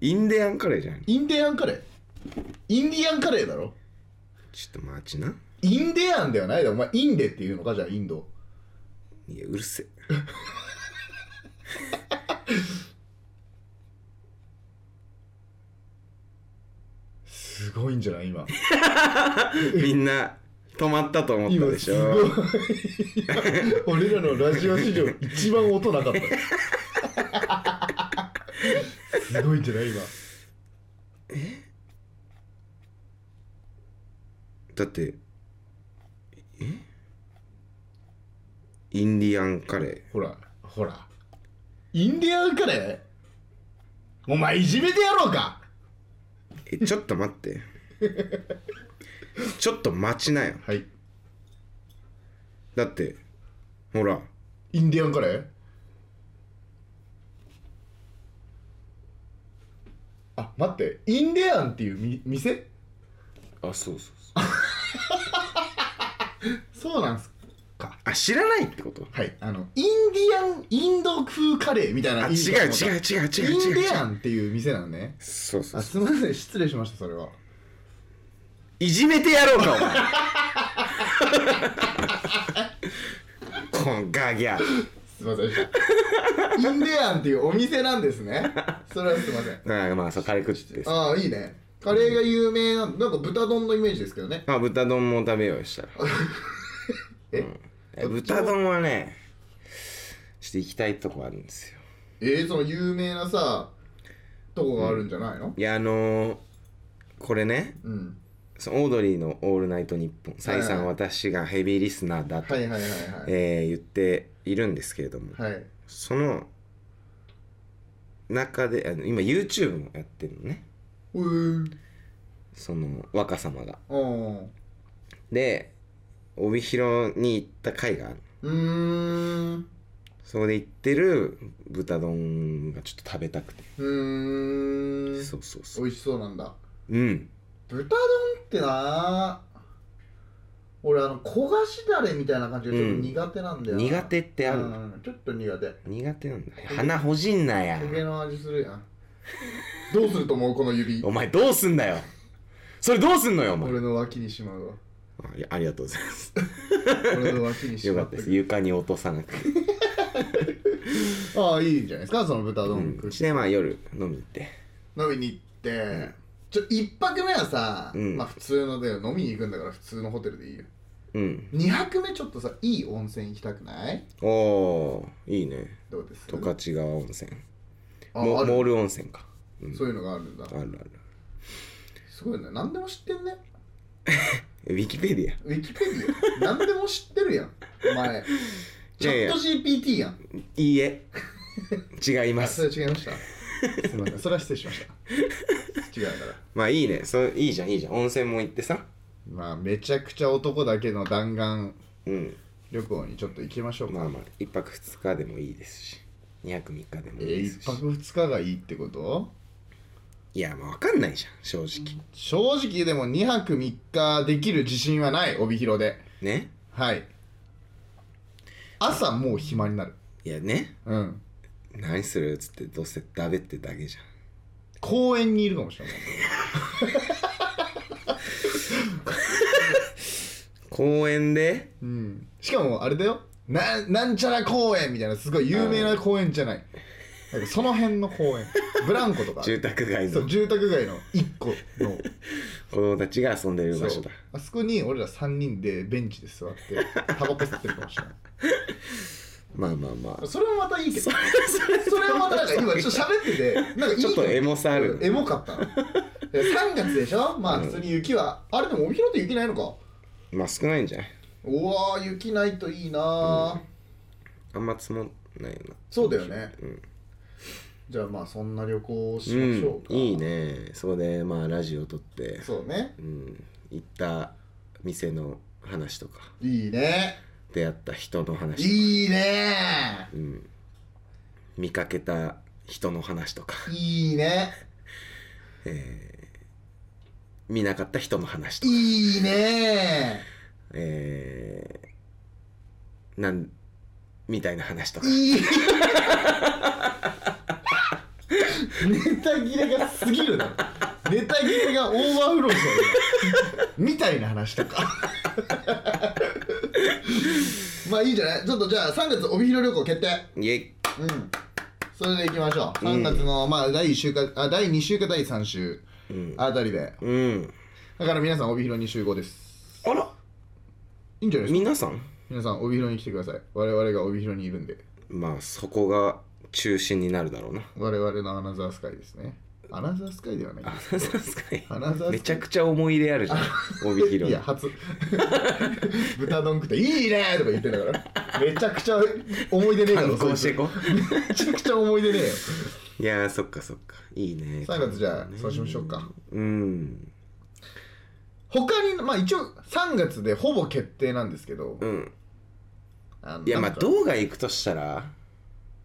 Speaker 4: インディアンカレーじゃん。
Speaker 3: インディアンカレーインディアンカレーだろ
Speaker 4: ちょっと待ちな。
Speaker 3: インディアンではないだろお前インデっていうのかじゃあインド
Speaker 4: いや、うるせえ。
Speaker 3: すごいんじゃない今
Speaker 4: みんな止まったと思ったでしょ。
Speaker 3: 今す ごい俺らのラジオ史上一番音なかったすごいんじゃない今
Speaker 4: だって、えインディアンカレー。
Speaker 3: ほらほらインディアンカレーお前いじめてやろうか
Speaker 4: えちょっと待って ちょっと待ちなよ
Speaker 3: はい
Speaker 4: だってほら
Speaker 3: インディアンカレーあ待ってインディアンっていうみ店
Speaker 4: あそうそうそう
Speaker 3: そうなんすか
Speaker 4: あ知らないってこと
Speaker 3: はいあのインディアンインド風カレーみたいな
Speaker 4: あ
Speaker 3: 意
Speaker 4: 違う
Speaker 3: 味かと思った
Speaker 4: 違う違う違
Speaker 3: イ
Speaker 4: う違
Speaker 3: ン
Speaker 4: う
Speaker 3: デ
Speaker 4: 違
Speaker 3: ィア
Speaker 4: う
Speaker 3: ンっていう店なのね
Speaker 4: そうそう
Speaker 3: あ
Speaker 4: そう
Speaker 3: すみません失礼しましたそれはい
Speaker 4: じめてやろうかお前 こんガギャ
Speaker 3: すみませんでしたインディアンっていうお店なんですねそれはすみません
Speaker 4: あまあそうカレー食ってさ
Speaker 3: ああいいねカレーが有名ななんか豚丼のイメージですけどね
Speaker 4: まあ豚丼も食べようよしたら
Speaker 3: え
Speaker 4: うん え豚丼はねちょっと行きたいとこあるんですよ
Speaker 3: えー、その有名なさとこがあるんじゃないの
Speaker 4: いやあのー、これね
Speaker 3: うん、
Speaker 4: そのオードリーの「オールナイトニッポン」再
Speaker 3: はい
Speaker 4: 三
Speaker 3: は
Speaker 4: 私がヘビーリスナーだと、
Speaker 3: はいはいはいはい、
Speaker 4: えー言っているんですけれども、
Speaker 3: はい
Speaker 4: その中であの今 YouTube もやってるのね
Speaker 3: うー
Speaker 4: その若様が
Speaker 3: うん
Speaker 4: で帯広に行った回がある
Speaker 3: うーん
Speaker 4: そこで行ってる豚丼がちょっと食べたくて、
Speaker 3: うーん
Speaker 4: そうそうそ
Speaker 3: 美味しそうなんだ
Speaker 4: ううん
Speaker 3: 豚丼ってな俺あの焦がしだれみたいな感じがちょっと苦手なんだよな、
Speaker 4: 苦手ってあるの、
Speaker 3: うんちょっと苦手
Speaker 4: 苦手なんだ鼻ほじんなや
Speaker 3: 焦げの味するやんどうすると思うこの指
Speaker 4: お前どうすんだよそれどうすんのよお前
Speaker 3: 俺の脇にしまうわ
Speaker 4: あいやありがとうございます
Speaker 3: 俺の脇にし
Speaker 4: よ
Speaker 3: まう
Speaker 4: かったです床に落とさなくて
Speaker 3: ああいいんじゃないですかその豚
Speaker 4: う
Speaker 3: 丼
Speaker 4: ん
Speaker 3: 食って
Speaker 4: でまあ夜飲み行って
Speaker 3: 飲みに行って、ちょ一泊目はさ、
Speaker 4: うん
Speaker 3: まあ普通のだよ飲みに行くんだから普通のホテルでいいよ
Speaker 4: うん
Speaker 3: 2泊目ちょっとさいい温泉行きたくない
Speaker 4: おおいいね
Speaker 3: どうです
Speaker 4: 十勝川温泉
Speaker 3: あ
Speaker 4: モ
Speaker 3: ある
Speaker 4: モール温泉か、うん、
Speaker 3: そういうのがあるんだ
Speaker 4: あるある
Speaker 3: すごいね何でも知ってんね
Speaker 4: えウィキペディア
Speaker 3: ウィキペディア 何でも知ってるやんお前
Speaker 4: い
Speaker 3: チ
Speaker 4: やい
Speaker 3: ャッ
Speaker 4: や
Speaker 3: ト GPT やん
Speaker 4: い いえ違いま
Speaker 3: あそ
Speaker 4: す
Speaker 3: れ違いましたすいませんそれは失礼しました違うから
Speaker 4: まあいいねそういいじゃんいいじゃん温泉も行ってさ
Speaker 3: まあめちゃくちゃ男だけの弾丸
Speaker 4: うん
Speaker 3: 旅行にちょっと行きましょうか、
Speaker 4: まあまあ一泊二日でもいいですし二泊三日でも
Speaker 3: え
Speaker 4: いい
Speaker 3: ー、
Speaker 4: です
Speaker 3: 1
Speaker 4: し、
Speaker 3: 泊2日がいいってこと
Speaker 4: いやまあわかんないじゃん正直
Speaker 3: 正直でも2泊3日できる自信はない帯広で
Speaker 4: ね
Speaker 3: はい朝もう暇になる
Speaker 4: いやね
Speaker 3: うん
Speaker 4: 何するっつってどうせダベってだけじゃん
Speaker 3: 公園にいるかもしれない
Speaker 4: 公園で
Speaker 3: うんしかもあれだよななんちゃら公園みたいなすごい有名な公園じゃないなんかその辺の公園ブランコとかあ
Speaker 4: 住
Speaker 3: る
Speaker 4: 宅街
Speaker 3: そ
Speaker 4: の
Speaker 3: う住宅街の1個 の
Speaker 4: 子供たちが遊んでる場
Speaker 3: そ
Speaker 4: 所
Speaker 3: う
Speaker 4: だ
Speaker 3: あそこに俺ら3人でベンチで座ってタバコ吸ってるかもしれない
Speaker 4: まあまあまあ
Speaker 3: それもまたいいけど
Speaker 4: そ
Speaker 3: それはまたなんか今ちょっと喋っててなんかいい
Speaker 4: ちょっとエモさある
Speaker 3: エモかったのえ3月でしょまあ普通に雪は、あれでも帯広って雪ないのか
Speaker 4: まあ少ないんじゃないう
Speaker 3: わー雪ないといいなー、
Speaker 4: あんま積もんないよな
Speaker 3: そうだよね
Speaker 4: うん
Speaker 3: じゃあまあそんな旅行をしましょうか、
Speaker 4: うん、いいねそこでまあラジオ撮って
Speaker 3: そうね
Speaker 4: うん、行った店の話とか
Speaker 3: いいね
Speaker 4: 出会った人の話
Speaker 3: いいね
Speaker 4: うん、見かけた人の話とか、
Speaker 3: いいね
Speaker 4: えー見なかった人の話とか、
Speaker 3: いいね
Speaker 4: えーなんみたいな話とか
Speaker 3: いいネタ切れがすぎるなネタ切れがオーバーフローし
Speaker 2: みたいな話とか
Speaker 3: たよ まあいいんじゃないちょっとじゃあ3月帯広旅行決定
Speaker 4: イエイ
Speaker 3: うんそれで行きましょう
Speaker 4: う
Speaker 3: 3
Speaker 4: ん
Speaker 3: 月の、まあ第1週かあ第2週か第3週
Speaker 4: うん
Speaker 3: あたりで
Speaker 4: うん
Speaker 3: だから皆さん帯広に集合です
Speaker 4: あら
Speaker 3: いいんじゃないですか
Speaker 4: 皆さん
Speaker 3: 皆さん帯広に来てください我々が帯広にいるんで
Speaker 4: まあそこが中心になるだろうな
Speaker 3: 我々のアナザースカイですねアナザースカイではない
Speaker 4: アナザースカイ
Speaker 3: アナザースカイ
Speaker 4: めちゃくちゃ思い入れあるじゃん帯広
Speaker 3: いや、初。 豚丼食って、いいねーとか言ってんだから。めちゃくちゃ思い出ねえだろ、
Speaker 4: 観光していこ
Speaker 3: そいつめちゃくちゃ思い出ねえよ。
Speaker 4: いやーそっかそっかいいね
Speaker 3: 3月じゃあ、そうしましょうか。
Speaker 4: うん
Speaker 3: 他に、まあ一応3月でほぼ決定なんですけど
Speaker 4: う。ん
Speaker 3: あの
Speaker 4: いや
Speaker 3: な
Speaker 4: まあ
Speaker 3: んか
Speaker 4: 道外行くとしたら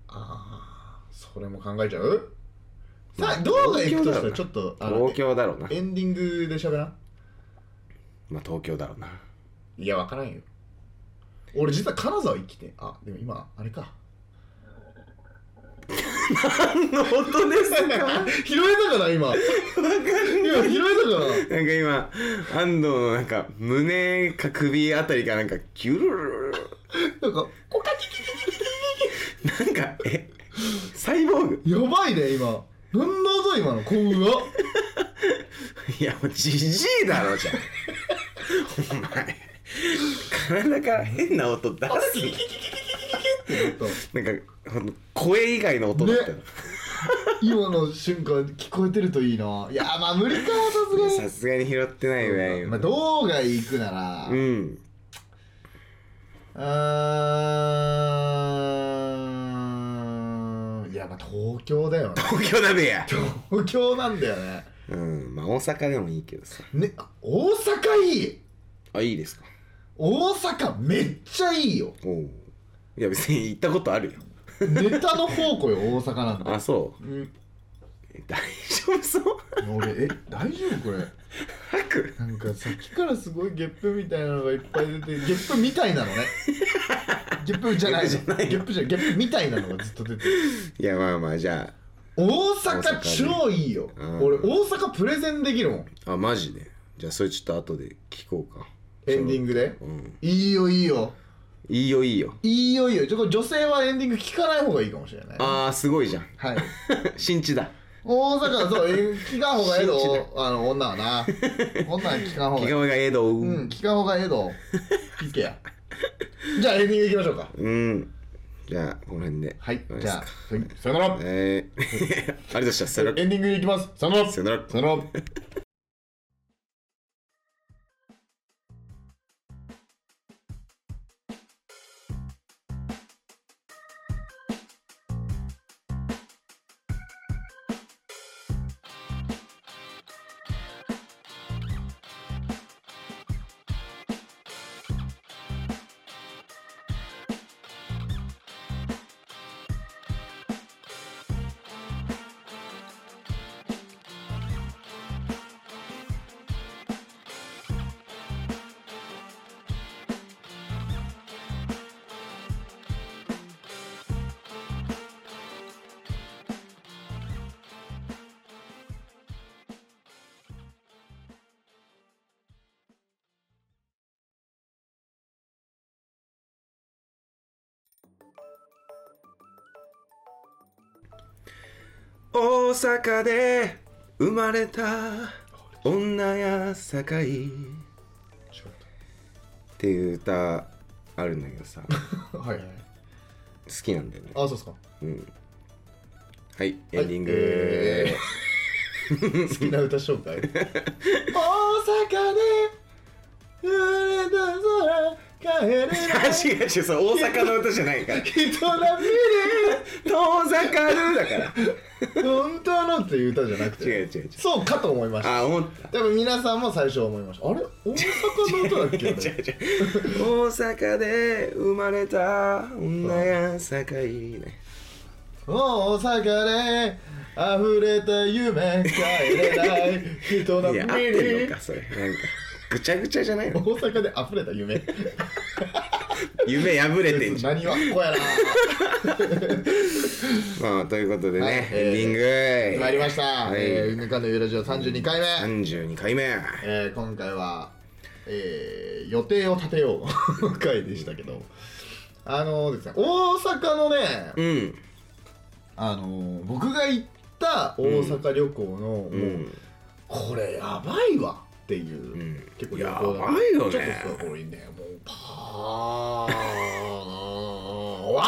Speaker 3: あーそれも考えちゃうさあ、動画行くとしたらちょっと、あの
Speaker 4: 東、京だろうな
Speaker 3: エンディングで喋らん
Speaker 4: まあ東京だろうない
Speaker 3: や、わからんよ。俺実は金沢行きて、あ、でも今、あれか。
Speaker 4: 本当ですかなんか
Speaker 3: 拾えたから今。今拾えたから。
Speaker 4: 今安藤のなんか胸か首あたりがなんかギュルルルル
Speaker 3: なんか、コカキ
Speaker 4: なんかえサイボーグ
Speaker 3: キやばいね、今。なんだぞ、今の幸運が。
Speaker 4: いやもうジジイだろじゃんお前体から変な音出すななんかほんと声以外の音だったよ、
Speaker 3: ね今の瞬間、聞こえてるといいな。いや、まあ、無理か、さ
Speaker 4: さすがに拾ってない
Speaker 3: すが
Speaker 4: わ
Speaker 3: に。
Speaker 4: よ、
Speaker 3: まあ、道外行くなら、う
Speaker 4: う。
Speaker 3: んーん。いや、まあ、東京だよね
Speaker 4: 東京鍋や
Speaker 3: 東京なんだよね。
Speaker 4: うんまあ大阪でもいいけどさ
Speaker 3: ね、あ大阪いい
Speaker 4: あいいですか
Speaker 3: 大阪めっちゃいいよ。
Speaker 4: おういや別に行ったことあるよ
Speaker 3: ネタの宝庫よ、大阪なんて。
Speaker 4: あそ
Speaker 3: うん、
Speaker 4: う大丈夫そう
Speaker 3: 俺、え、大丈夫これ。
Speaker 4: 吐く
Speaker 3: なんかさっきからすごいゲップみたいなのがいっぱい出てゲップみたいなのねゲップじゃないの
Speaker 4: ゲップじゃないの
Speaker 3: ゲップじゃないゲップみたいなのがずっと出てる
Speaker 4: いやまあまあじゃ
Speaker 3: 大阪超いいよ、
Speaker 4: うん
Speaker 3: 俺大阪プレゼンできるもん
Speaker 4: ああマジでじゃあそれちょっと後で聞こうか
Speaker 3: エンディングで
Speaker 4: うん
Speaker 3: いいよいいよ
Speaker 4: いいよいいよ
Speaker 3: いいよいいよちょこれ女性はエンディング聞かない方がいいかもしれない
Speaker 4: ああすごいじゃん
Speaker 3: はい
Speaker 4: 新地だ
Speaker 3: 大阪はそうえー聞かん方がええど
Speaker 4: 信
Speaker 3: あの女はな女は聞かん方が
Speaker 4: 気が
Speaker 3: え
Speaker 4: わがええどう
Speaker 3: えうん聞かん方がええど聞けやじゃあエンディングいきましょうか
Speaker 4: うんじゃあこの辺では
Speaker 3: はいじゃあはい
Speaker 6: さよなら
Speaker 4: えー、ありがとうございましたさよなら
Speaker 3: エンディングいきます
Speaker 6: さよなら
Speaker 4: さよなら
Speaker 6: さよなら
Speaker 4: 大阪で生まれた女や堺っていう歌あるんだけどさ好
Speaker 3: はいはい。
Speaker 4: きなんだよね
Speaker 3: あ、そうっすか。
Speaker 4: うんはいエンディング、
Speaker 3: え好きな歌紹 介
Speaker 7: 大阪で売れた空帰れ
Speaker 4: あ 違う違うそれ大阪の歌じゃな いから
Speaker 7: 人並み
Speaker 4: 遠ざかるだから
Speaker 3: 本当のっていう歌じゃなくて
Speaker 4: 違う違う違う
Speaker 3: そうかと思いました
Speaker 4: あ思っ
Speaker 3: 多分皆さんも最初思いましたあれ大阪の歌だっけあ
Speaker 4: 違う
Speaker 3: れ
Speaker 4: 違う大阪で生まれた女や坂いいね
Speaker 3: 大阪で溢れた夢帰れない人の
Speaker 4: い
Speaker 3: 目
Speaker 4: や合
Speaker 3: に
Speaker 4: ってんのかそれなんかぐちゃぐちゃじゃない
Speaker 3: 大
Speaker 4: の
Speaker 3: 阪で溢れた夢
Speaker 4: 夢破れてんじ ゃん
Speaker 3: 何はこ や
Speaker 4: まあということでね、
Speaker 3: はい
Speaker 4: エンディング、
Speaker 3: な参りました、
Speaker 4: はい
Speaker 3: えー、梅かのゆラジオ32回目、
Speaker 4: 32回目
Speaker 3: えー、今回は、えー、予定を立てようの回でしたけどあのですね大阪のね
Speaker 4: うん
Speaker 3: あの僕が行った大阪旅行の、もう
Speaker 4: うん
Speaker 3: これやばいわっていう、
Speaker 4: ん
Speaker 3: 結構旅
Speaker 4: や
Speaker 3: 行だ
Speaker 4: ばいよ
Speaker 3: ちょっ
Speaker 4: ね
Speaker 3: とすごいねもうパー終わ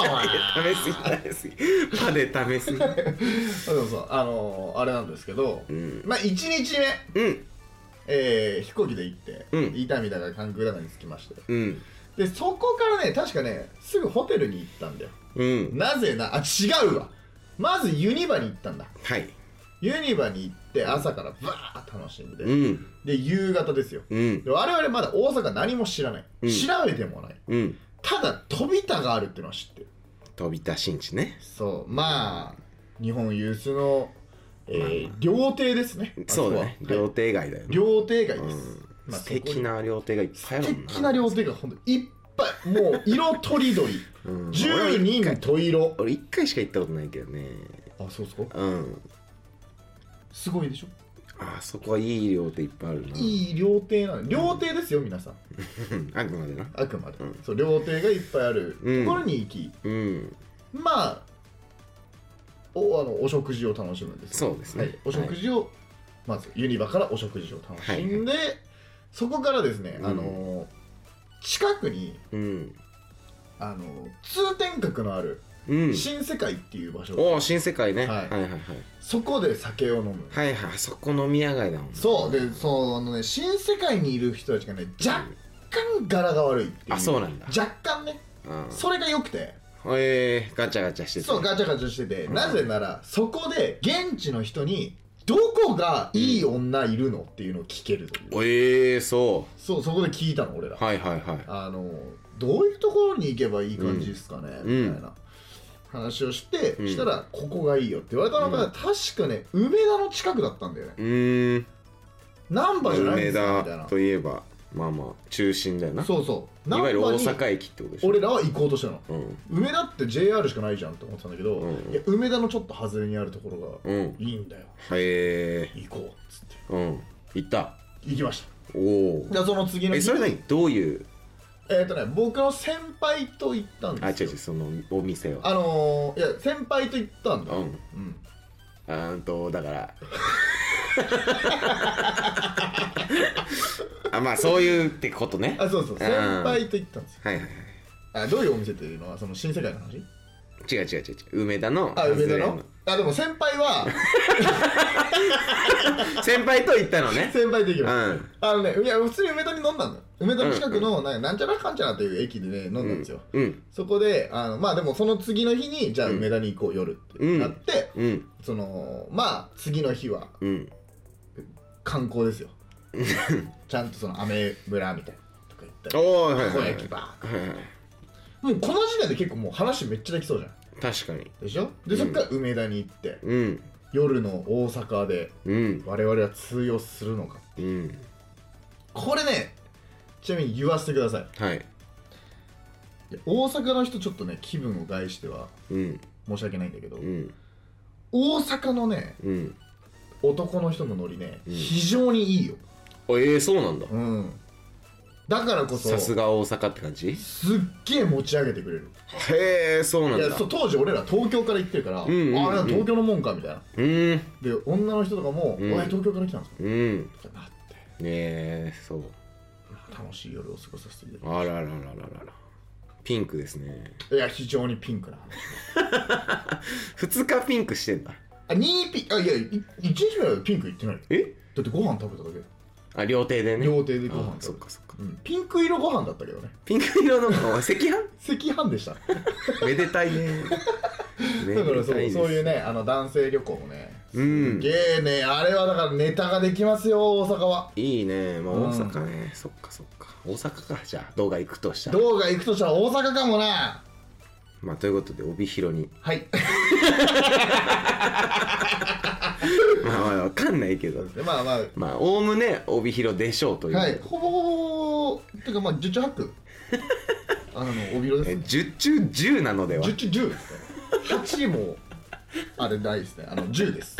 Speaker 3: るなよお前
Speaker 4: 食べ過ぎ食べ過ぎ歯で食べ過ぎ
Speaker 3: そうそうあのあれなんですけど、
Speaker 4: うん
Speaker 3: まあ1日目
Speaker 4: うん
Speaker 3: えー飛行機で行って、
Speaker 4: うん
Speaker 3: 伊丹だから関空だからに着きまして
Speaker 4: うん
Speaker 3: でそこからね確かねすぐホテルに行ったんだよ
Speaker 4: うん
Speaker 3: なぜなあ違うわまずユニバに行ったんだ
Speaker 4: はい
Speaker 3: ユニバに行って朝からバーッ楽しんで、
Speaker 4: うん
Speaker 3: で夕方ですよ
Speaker 4: うん
Speaker 3: で我々まだ大阪何も知らない、
Speaker 4: うん
Speaker 3: 調べてもない
Speaker 4: うん
Speaker 3: ただ飛田があるってのは知ってる
Speaker 4: 飛びた新地ね
Speaker 3: そうまあ日本有数の、えー料亭ですねあそ
Speaker 4: そう
Speaker 3: こは
Speaker 4: だね料亭街だよ
Speaker 3: はい
Speaker 4: ね
Speaker 3: 料亭街です、
Speaker 4: うん
Speaker 3: まあ
Speaker 4: 素敵な料亭がいっぱいあるもんな
Speaker 3: 素敵な料亭がほんといっぱいも う色とりどり
Speaker 4: うん
Speaker 3: 十人十色
Speaker 4: 俺一回しか行ったことないけどね
Speaker 3: あそうですか
Speaker 4: うん
Speaker 3: すごいでしょ
Speaker 4: あそこはいい料亭いっぱいあるない
Speaker 3: い料亭なの料亭ですよ皆さん
Speaker 4: うんあくまでな
Speaker 3: あくまで、
Speaker 4: うん
Speaker 3: そう料亭がいっぱいある
Speaker 4: うん
Speaker 3: ところに行き、
Speaker 4: うん
Speaker 3: まあおあのお食事を楽しむんですよ
Speaker 4: そうですね
Speaker 3: はい、お食事を、まずユニバからお食事を楽しんで、そこからですね、
Speaker 4: うん
Speaker 3: あの近くに
Speaker 4: うん
Speaker 3: あの通天閣のある
Speaker 4: うん
Speaker 3: 新世界っていう場所、
Speaker 4: おお新世界ねは
Speaker 3: はいい
Speaker 4: はいはい
Speaker 3: そこで酒を飲む、
Speaker 4: はいはいあそこ飲み屋街だもん
Speaker 3: そうでそのね新世界にいる人たちがね若干柄が悪いっていう
Speaker 4: あそうなんだ
Speaker 3: 若干ね
Speaker 4: あ
Speaker 3: それが良くて
Speaker 4: えーガチャガチャしてて
Speaker 3: そうガチャガチャしてて、なぜならそこで現地の人にどこがいい女いるのっていうのを聞けるという、
Speaker 4: ええそ
Speaker 3: そうそこで聞いたの俺ら、
Speaker 4: うはいはいはい
Speaker 3: あのどういうところに行けばいい感じですかね、
Speaker 4: うん
Speaker 3: みたいな話をして、
Speaker 4: うん
Speaker 3: したらここがいいよって言われたのが、
Speaker 4: うん
Speaker 3: 確かね梅田の近くだったんだよね
Speaker 4: うーん
Speaker 3: 難波じゃないんです
Speaker 4: 梅
Speaker 3: かみたい
Speaker 4: 田
Speaker 3: な
Speaker 4: といえばまあまあ中心だよな
Speaker 3: そうそう
Speaker 4: いわゆる大
Speaker 3: に
Speaker 4: 阪駅ってことでしょ
Speaker 3: 俺らは行こうとしたの
Speaker 4: うん
Speaker 3: 梅田って JR しかないじゃんと思ってたんだけど、
Speaker 4: うん
Speaker 3: いや梅田のちょっと外れにあるところが
Speaker 4: うん
Speaker 3: いいんだよ
Speaker 4: へえ
Speaker 3: 行こうっつって
Speaker 4: うん行った
Speaker 3: 行きまし
Speaker 4: おお
Speaker 3: たでその次の
Speaker 4: え
Speaker 3: 日
Speaker 4: それ何どういう
Speaker 3: えっ、とね僕の先輩と行ったん
Speaker 4: あ違
Speaker 3: です
Speaker 4: う
Speaker 3: よ
Speaker 4: 違うそのお店は
Speaker 3: あのー、いや先輩と行ったんだ
Speaker 4: う
Speaker 3: よ
Speaker 4: ん
Speaker 3: うん
Speaker 4: あーんとだから あまあそういうってことね
Speaker 3: あそうそう先輩と行ったんですよ
Speaker 4: はいはいはい
Speaker 3: あどういうお店っていうのはその新世界の話
Speaker 4: 違う違う違う違う梅田の
Speaker 3: あ梅田
Speaker 4: 外れ
Speaker 3: のあでも先輩 は
Speaker 4: 先輩と行ったのね
Speaker 3: 先輩と行き
Speaker 4: う
Speaker 3: まし
Speaker 4: ん
Speaker 3: たあのねいや普通に梅田に飲んだんだよ梅田の近くのなんかなんちゃらかんちゃらっていう駅でね飲んだんですよ、
Speaker 4: うん
Speaker 3: そこであのまあでもその次の日にじゃあ
Speaker 4: うん
Speaker 3: 梅田に行こう夜ってなって、
Speaker 4: うん
Speaker 3: そのまあ次の日は
Speaker 4: うん
Speaker 3: 観光 ですよちゃんとその雨村みたいなとか行ったり
Speaker 4: おーはいはい
Speaker 3: ここ
Speaker 4: はい
Speaker 3: 駅バ
Speaker 4: はいはい
Speaker 3: ーもうこの時点で結構もう話めっちゃできそうじゃん
Speaker 4: 確かに
Speaker 3: でしょでそっから梅田に行って、
Speaker 4: うん
Speaker 3: 夜の大阪で
Speaker 4: うん
Speaker 3: 我々は通用するのか
Speaker 4: うん
Speaker 3: これねちなみに言わせてください
Speaker 4: はい
Speaker 3: いや大阪の人ちょっとね気分を害しては
Speaker 4: うん
Speaker 3: 申し訳ないんだけど、
Speaker 4: うん
Speaker 3: 大阪のね
Speaker 4: うん
Speaker 3: 男の人のノリね、
Speaker 4: うん
Speaker 3: 非常にいいよ、
Speaker 4: あええそうなんだ
Speaker 3: うん、だからこそ
Speaker 4: さすが大阪って感じへ
Speaker 3: すっげえ持ち上げてくれる
Speaker 4: えそうなん
Speaker 3: い
Speaker 4: だ
Speaker 3: やそう当時俺ら東京から行ってるから、
Speaker 4: んうんうん
Speaker 3: あれは東京のもんかみたいな
Speaker 4: うん
Speaker 3: で女の人とかも「
Speaker 4: うん
Speaker 3: おい東京から来たんですか?
Speaker 4: うんね」
Speaker 3: ってなって
Speaker 4: えそう
Speaker 3: まあ楽しい夜を過ごさせていただき
Speaker 4: あららららららピンクですね
Speaker 3: いや非常にピンクな話
Speaker 4: 2日ピンクしてんだ
Speaker 3: あ、2ピあ、いや、い1日目はピンク行ってないよ
Speaker 4: え
Speaker 3: だってご飯食べただ
Speaker 4: あ料亭で
Speaker 3: け。
Speaker 4: ね
Speaker 3: 料亭でご
Speaker 4: あ
Speaker 3: 飯食
Speaker 4: そっ
Speaker 3: べ
Speaker 4: かそっか
Speaker 3: た。うんピンク色ご飯だったけどね。
Speaker 4: ピンク色のあ赤飯
Speaker 3: 赤飯でした。 だ
Speaker 4: めでた いねめ
Speaker 3: から
Speaker 4: で
Speaker 3: そう
Speaker 4: たいです
Speaker 3: そういうね、あの男性旅行もね。
Speaker 4: う
Speaker 3: す
Speaker 4: ん
Speaker 3: げえね、あれはだからネタができますよ、大阪は。
Speaker 4: いいねまあ
Speaker 3: うん
Speaker 4: 大阪ね、そっかそっか大阪かじゃあ動画行くとしたら
Speaker 3: 動画行くとしたら大阪かもな。
Speaker 4: まあということで帯広に
Speaker 3: はい。
Speaker 4: まあまあわかんないけど
Speaker 3: でまあまあ、
Speaker 4: まあおおむね帯広でしょうという、
Speaker 3: はい、ほぼほぼ、てかまあ、十中八 九。あの、帯広
Speaker 4: え
Speaker 3: です。
Speaker 4: 10中10なのでは
Speaker 3: 十中十ですね。八も、あれないですね。あの、十 です。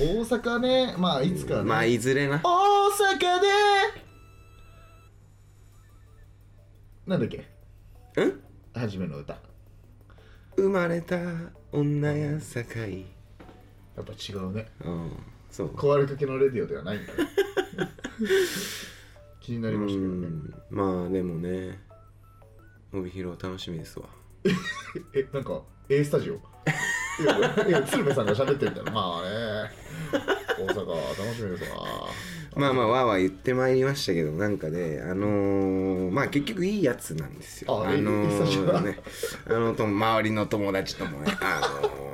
Speaker 3: 大阪ね、まあ、いつか、ね。
Speaker 4: まあいずれな
Speaker 3: 大阪で。なんだっけ、
Speaker 4: うん
Speaker 3: 初めの歌。
Speaker 4: 生まれた女やさかい
Speaker 3: やっぱ違うね。
Speaker 4: うんそう
Speaker 3: 壊れかけのレディオではないんだね。 気になりましたけどね。
Speaker 4: うんまあでもね帯広楽しみですわ
Speaker 3: え、なんか A スタジオ いやいや鶴瓶さんが喋ってるみたいなまあね大阪楽しみですわ
Speaker 4: まあまあわーわー言ってまいりましたけどなんかねあのー、まあ結局いいやつなんですよ
Speaker 3: あ
Speaker 4: の
Speaker 3: いい久しぶりだ
Speaker 4: ねあのと周りの友達ともね あのー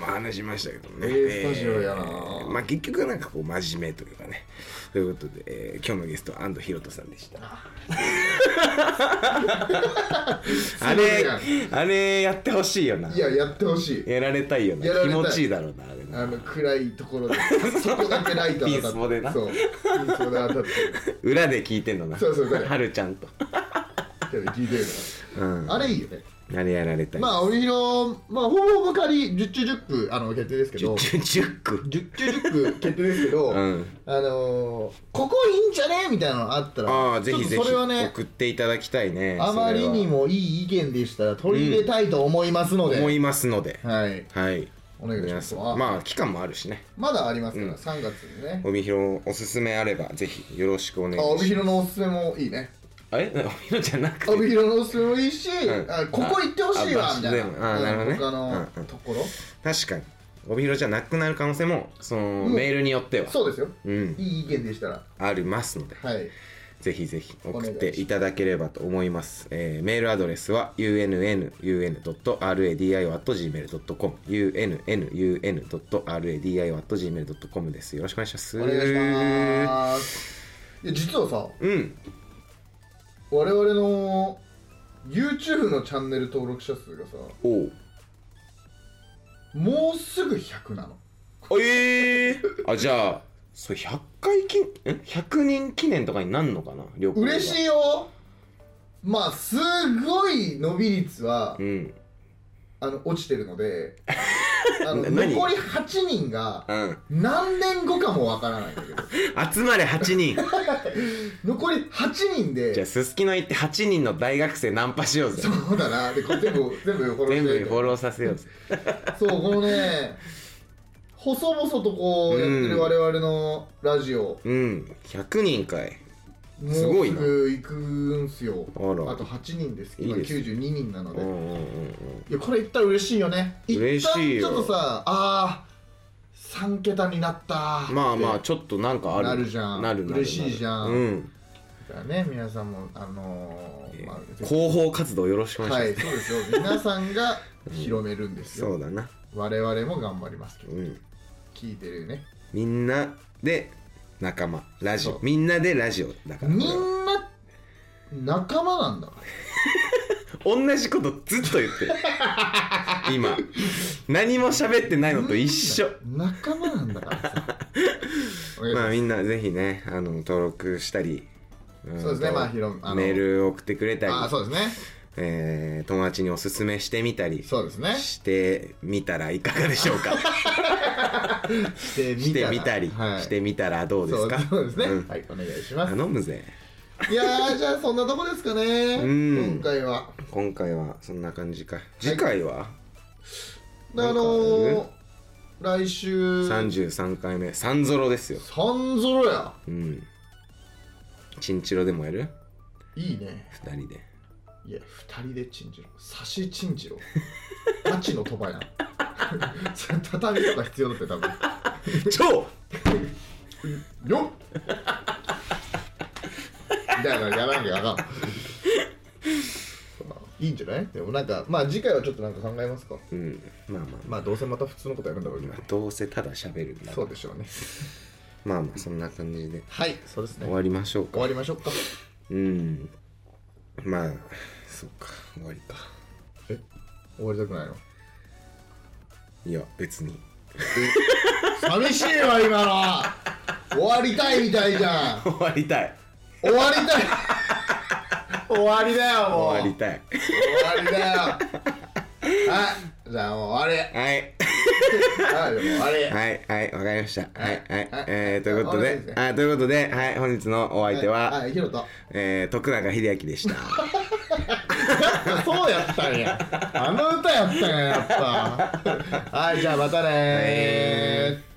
Speaker 4: まあ話しましたけどね、
Speaker 3: えースタジオやな
Speaker 4: えーまあ結局なんかこう真面目というかねということで、えー今日のゲスト安藤ひろとさんでしたあれあれやってほしいよない
Speaker 3: ややってほしい
Speaker 4: やられたいよな
Speaker 3: やられ
Speaker 4: 気
Speaker 3: たい
Speaker 4: 持ちいいだろうなあれな
Speaker 3: あの暗いとこ ろでそこだけライト
Speaker 4: ピンスポでな
Speaker 3: そうピンスポで当たってる
Speaker 4: 裏で聞いてんのな
Speaker 3: そうそうそう
Speaker 4: はるちゃんと、
Speaker 3: けど聞いてる
Speaker 4: うん、
Speaker 3: のあれいいよね
Speaker 4: あれやられたい
Speaker 3: まあ帯広まあほぼほぼ仮10中10区あの決定ですけ
Speaker 4: 十
Speaker 3: ど
Speaker 4: 中10区
Speaker 3: 10中10区決定ですけど、
Speaker 4: うん
Speaker 3: あのー、ここいいんじゃねみたいなのあったら
Speaker 4: ああぜひ
Speaker 3: ち
Speaker 4: ぜ
Speaker 3: ょ
Speaker 4: ひ
Speaker 3: っとそれはね
Speaker 4: 送っていただきたいね
Speaker 3: あまりにもいい意見でしたら取り入れたいと思いますの
Speaker 4: それ
Speaker 3: で、
Speaker 4: は思いますので
Speaker 3: はい、
Speaker 4: はい
Speaker 3: お願いし
Speaker 4: 皆
Speaker 3: ます。
Speaker 4: さん
Speaker 3: ま
Speaker 4: まあ期間もあるしね
Speaker 3: まだありますから、
Speaker 4: うん
Speaker 3: 3月にね。
Speaker 4: 帯広おすすめあればぜひよろしくお願いし
Speaker 3: あ
Speaker 4: ます
Speaker 3: 帯広のおすすめもいいね。
Speaker 4: あれ 帯広じゃなくて
Speaker 3: 帯広のおすすめもいいし、
Speaker 4: うん
Speaker 3: あここ行ってほしいわ
Speaker 4: あ
Speaker 3: みたい
Speaker 4: あ場所でもあ
Speaker 3: な。
Speaker 4: なるほどね
Speaker 3: 他の
Speaker 4: うんうん
Speaker 3: ところ、
Speaker 4: 確かに帯広じゃなくなる可能性もその
Speaker 3: うん
Speaker 4: メールによっては
Speaker 3: そうですよ。
Speaker 4: うん
Speaker 3: いい意見でしたら、
Speaker 4: ありますので
Speaker 3: はい。
Speaker 4: ぜひぜひ送っ
Speaker 3: お願い
Speaker 4: て
Speaker 3: し
Speaker 4: いただければと思います。えーメールアドレスは unnun.radio.gmail.com unnun.radio.gmail.com です。よろしくお願いします。
Speaker 3: お願いします。いや実はさ、
Speaker 4: うん。
Speaker 3: 我々の YouTube のチャンネル登録者数がさ、
Speaker 4: おう
Speaker 3: もうすぐ100なの。
Speaker 4: ええー、あ、じゃあ、それ100回記、ん ?100 人記念とかになんのかな旅行が
Speaker 3: 嬉しいよまあすごい伸び率は、
Speaker 4: うん。
Speaker 3: あの落ちてるのであの
Speaker 4: な何
Speaker 3: 残り8人が
Speaker 4: うん。
Speaker 3: 何年後かもわからないんだけど
Speaker 4: 集まれ8人。
Speaker 3: 残り8人
Speaker 4: じゃあ、
Speaker 3: です
Speaker 4: すきの行って8人の大学生ナンパしようぜ。
Speaker 3: そうだなでこれ全部全部フォロー
Speaker 4: 全
Speaker 3: し
Speaker 4: 部
Speaker 3: て
Speaker 4: フォローさせようぜ。
Speaker 3: そうこのね細々とこうやってる我々のラジオ、
Speaker 4: うん。100人かい。
Speaker 3: もう
Speaker 4: すごい
Speaker 3: す
Speaker 4: な
Speaker 3: ぐ行くんすよあ
Speaker 4: あら
Speaker 3: と8人です
Speaker 4: いい
Speaker 3: 今
Speaker 4: です
Speaker 3: 92人なの
Speaker 4: う
Speaker 3: で
Speaker 4: んうんうんうん。
Speaker 3: いやこれ言ったら嬉しいよね
Speaker 4: 嬉しい
Speaker 3: 一旦
Speaker 4: よ
Speaker 3: ちょっとさあー3桁になったー
Speaker 4: まあまあ
Speaker 3: って
Speaker 4: ちょっとなんかある
Speaker 3: なるじゃん
Speaker 4: なるなる
Speaker 3: 嬉しいじゃん
Speaker 4: うん、
Speaker 3: だからね皆さんもあのーまあぜひ
Speaker 4: 広報活動よろしくお願
Speaker 3: はい
Speaker 4: し
Speaker 3: いそうですよ皆さんが 広めるんで
Speaker 4: ますす、
Speaker 3: よ、
Speaker 4: そうだな
Speaker 3: 我々も頑張りますけど
Speaker 4: うん
Speaker 3: 聞いてるね
Speaker 4: みんなで仲間ラジ
Speaker 3: そ
Speaker 4: オ
Speaker 3: う
Speaker 4: みんなでラジオだから
Speaker 3: みんな仲間なんだから
Speaker 4: 同じことずっと言って る今何も喋ってないのと一緒
Speaker 3: 仲間なんだから さお願いし
Speaker 4: まあ
Speaker 3: ます
Speaker 4: みんなぜひねあの登録したりん
Speaker 3: そうですねまあ広あの
Speaker 4: メール送ってくれたり
Speaker 3: あーそうですね
Speaker 4: えー友達におすすめしてみたり
Speaker 3: そうですね
Speaker 4: してみたらいかがでしょうか
Speaker 3: してみ
Speaker 4: して
Speaker 3: ら
Speaker 4: みたり、
Speaker 3: はい、
Speaker 4: してみたらどうですか
Speaker 3: そうそうですね、
Speaker 4: うん
Speaker 3: はいお願いします
Speaker 4: 頼むぜ
Speaker 3: いやーじゃあそんなとこですかね、
Speaker 4: ん
Speaker 3: 今回は
Speaker 4: 今回はそんな感じか次回は
Speaker 3: で
Speaker 4: な
Speaker 3: あ
Speaker 4: んか
Speaker 3: のー、来週三
Speaker 4: 33回目三ゾロですよ
Speaker 3: ぞろや
Speaker 4: うんチンチロでもやる
Speaker 3: いいね
Speaker 4: 2人で
Speaker 3: いや二人でチンジロ差しチンジロガチの鳥羽やんそれ畳とか必要だって多分
Speaker 4: 超
Speaker 3: よっみたいなのやらなきゃあかん
Speaker 2: いいんじゃないでもなんかまあ次回はちょっとなんか考えますか
Speaker 4: うんまあまあ
Speaker 2: まあどうせまた普通のことやるんだろうけど
Speaker 4: まあどうせただ喋るんだ
Speaker 2: そうでしょうね
Speaker 4: まあまあそんな感じで
Speaker 2: はいそうですね
Speaker 4: 終わりましょうか
Speaker 2: 終わりましょうか
Speaker 4: うんまあそうか終わりか
Speaker 3: 終わりたくないの
Speaker 4: いや別に
Speaker 3: 寂しいわ今の終わりたいみたいじゃん
Speaker 4: 終わりたい
Speaker 3: 終わりたい終わりだよもう
Speaker 4: 終わりたい
Speaker 3: 終わりだよはいじゃあもう終わ
Speaker 4: はい
Speaker 3: りはいもう終わり
Speaker 4: はいはいわかりましたはいはい
Speaker 3: はい
Speaker 4: えーということ
Speaker 3: あ終
Speaker 4: で
Speaker 3: わりですね
Speaker 4: あということではい本日のお相手は
Speaker 3: はいヒロと
Speaker 4: えー徳永英明でした
Speaker 3: そうやったんやあの歌やったんややっぱはいじゃあまたねー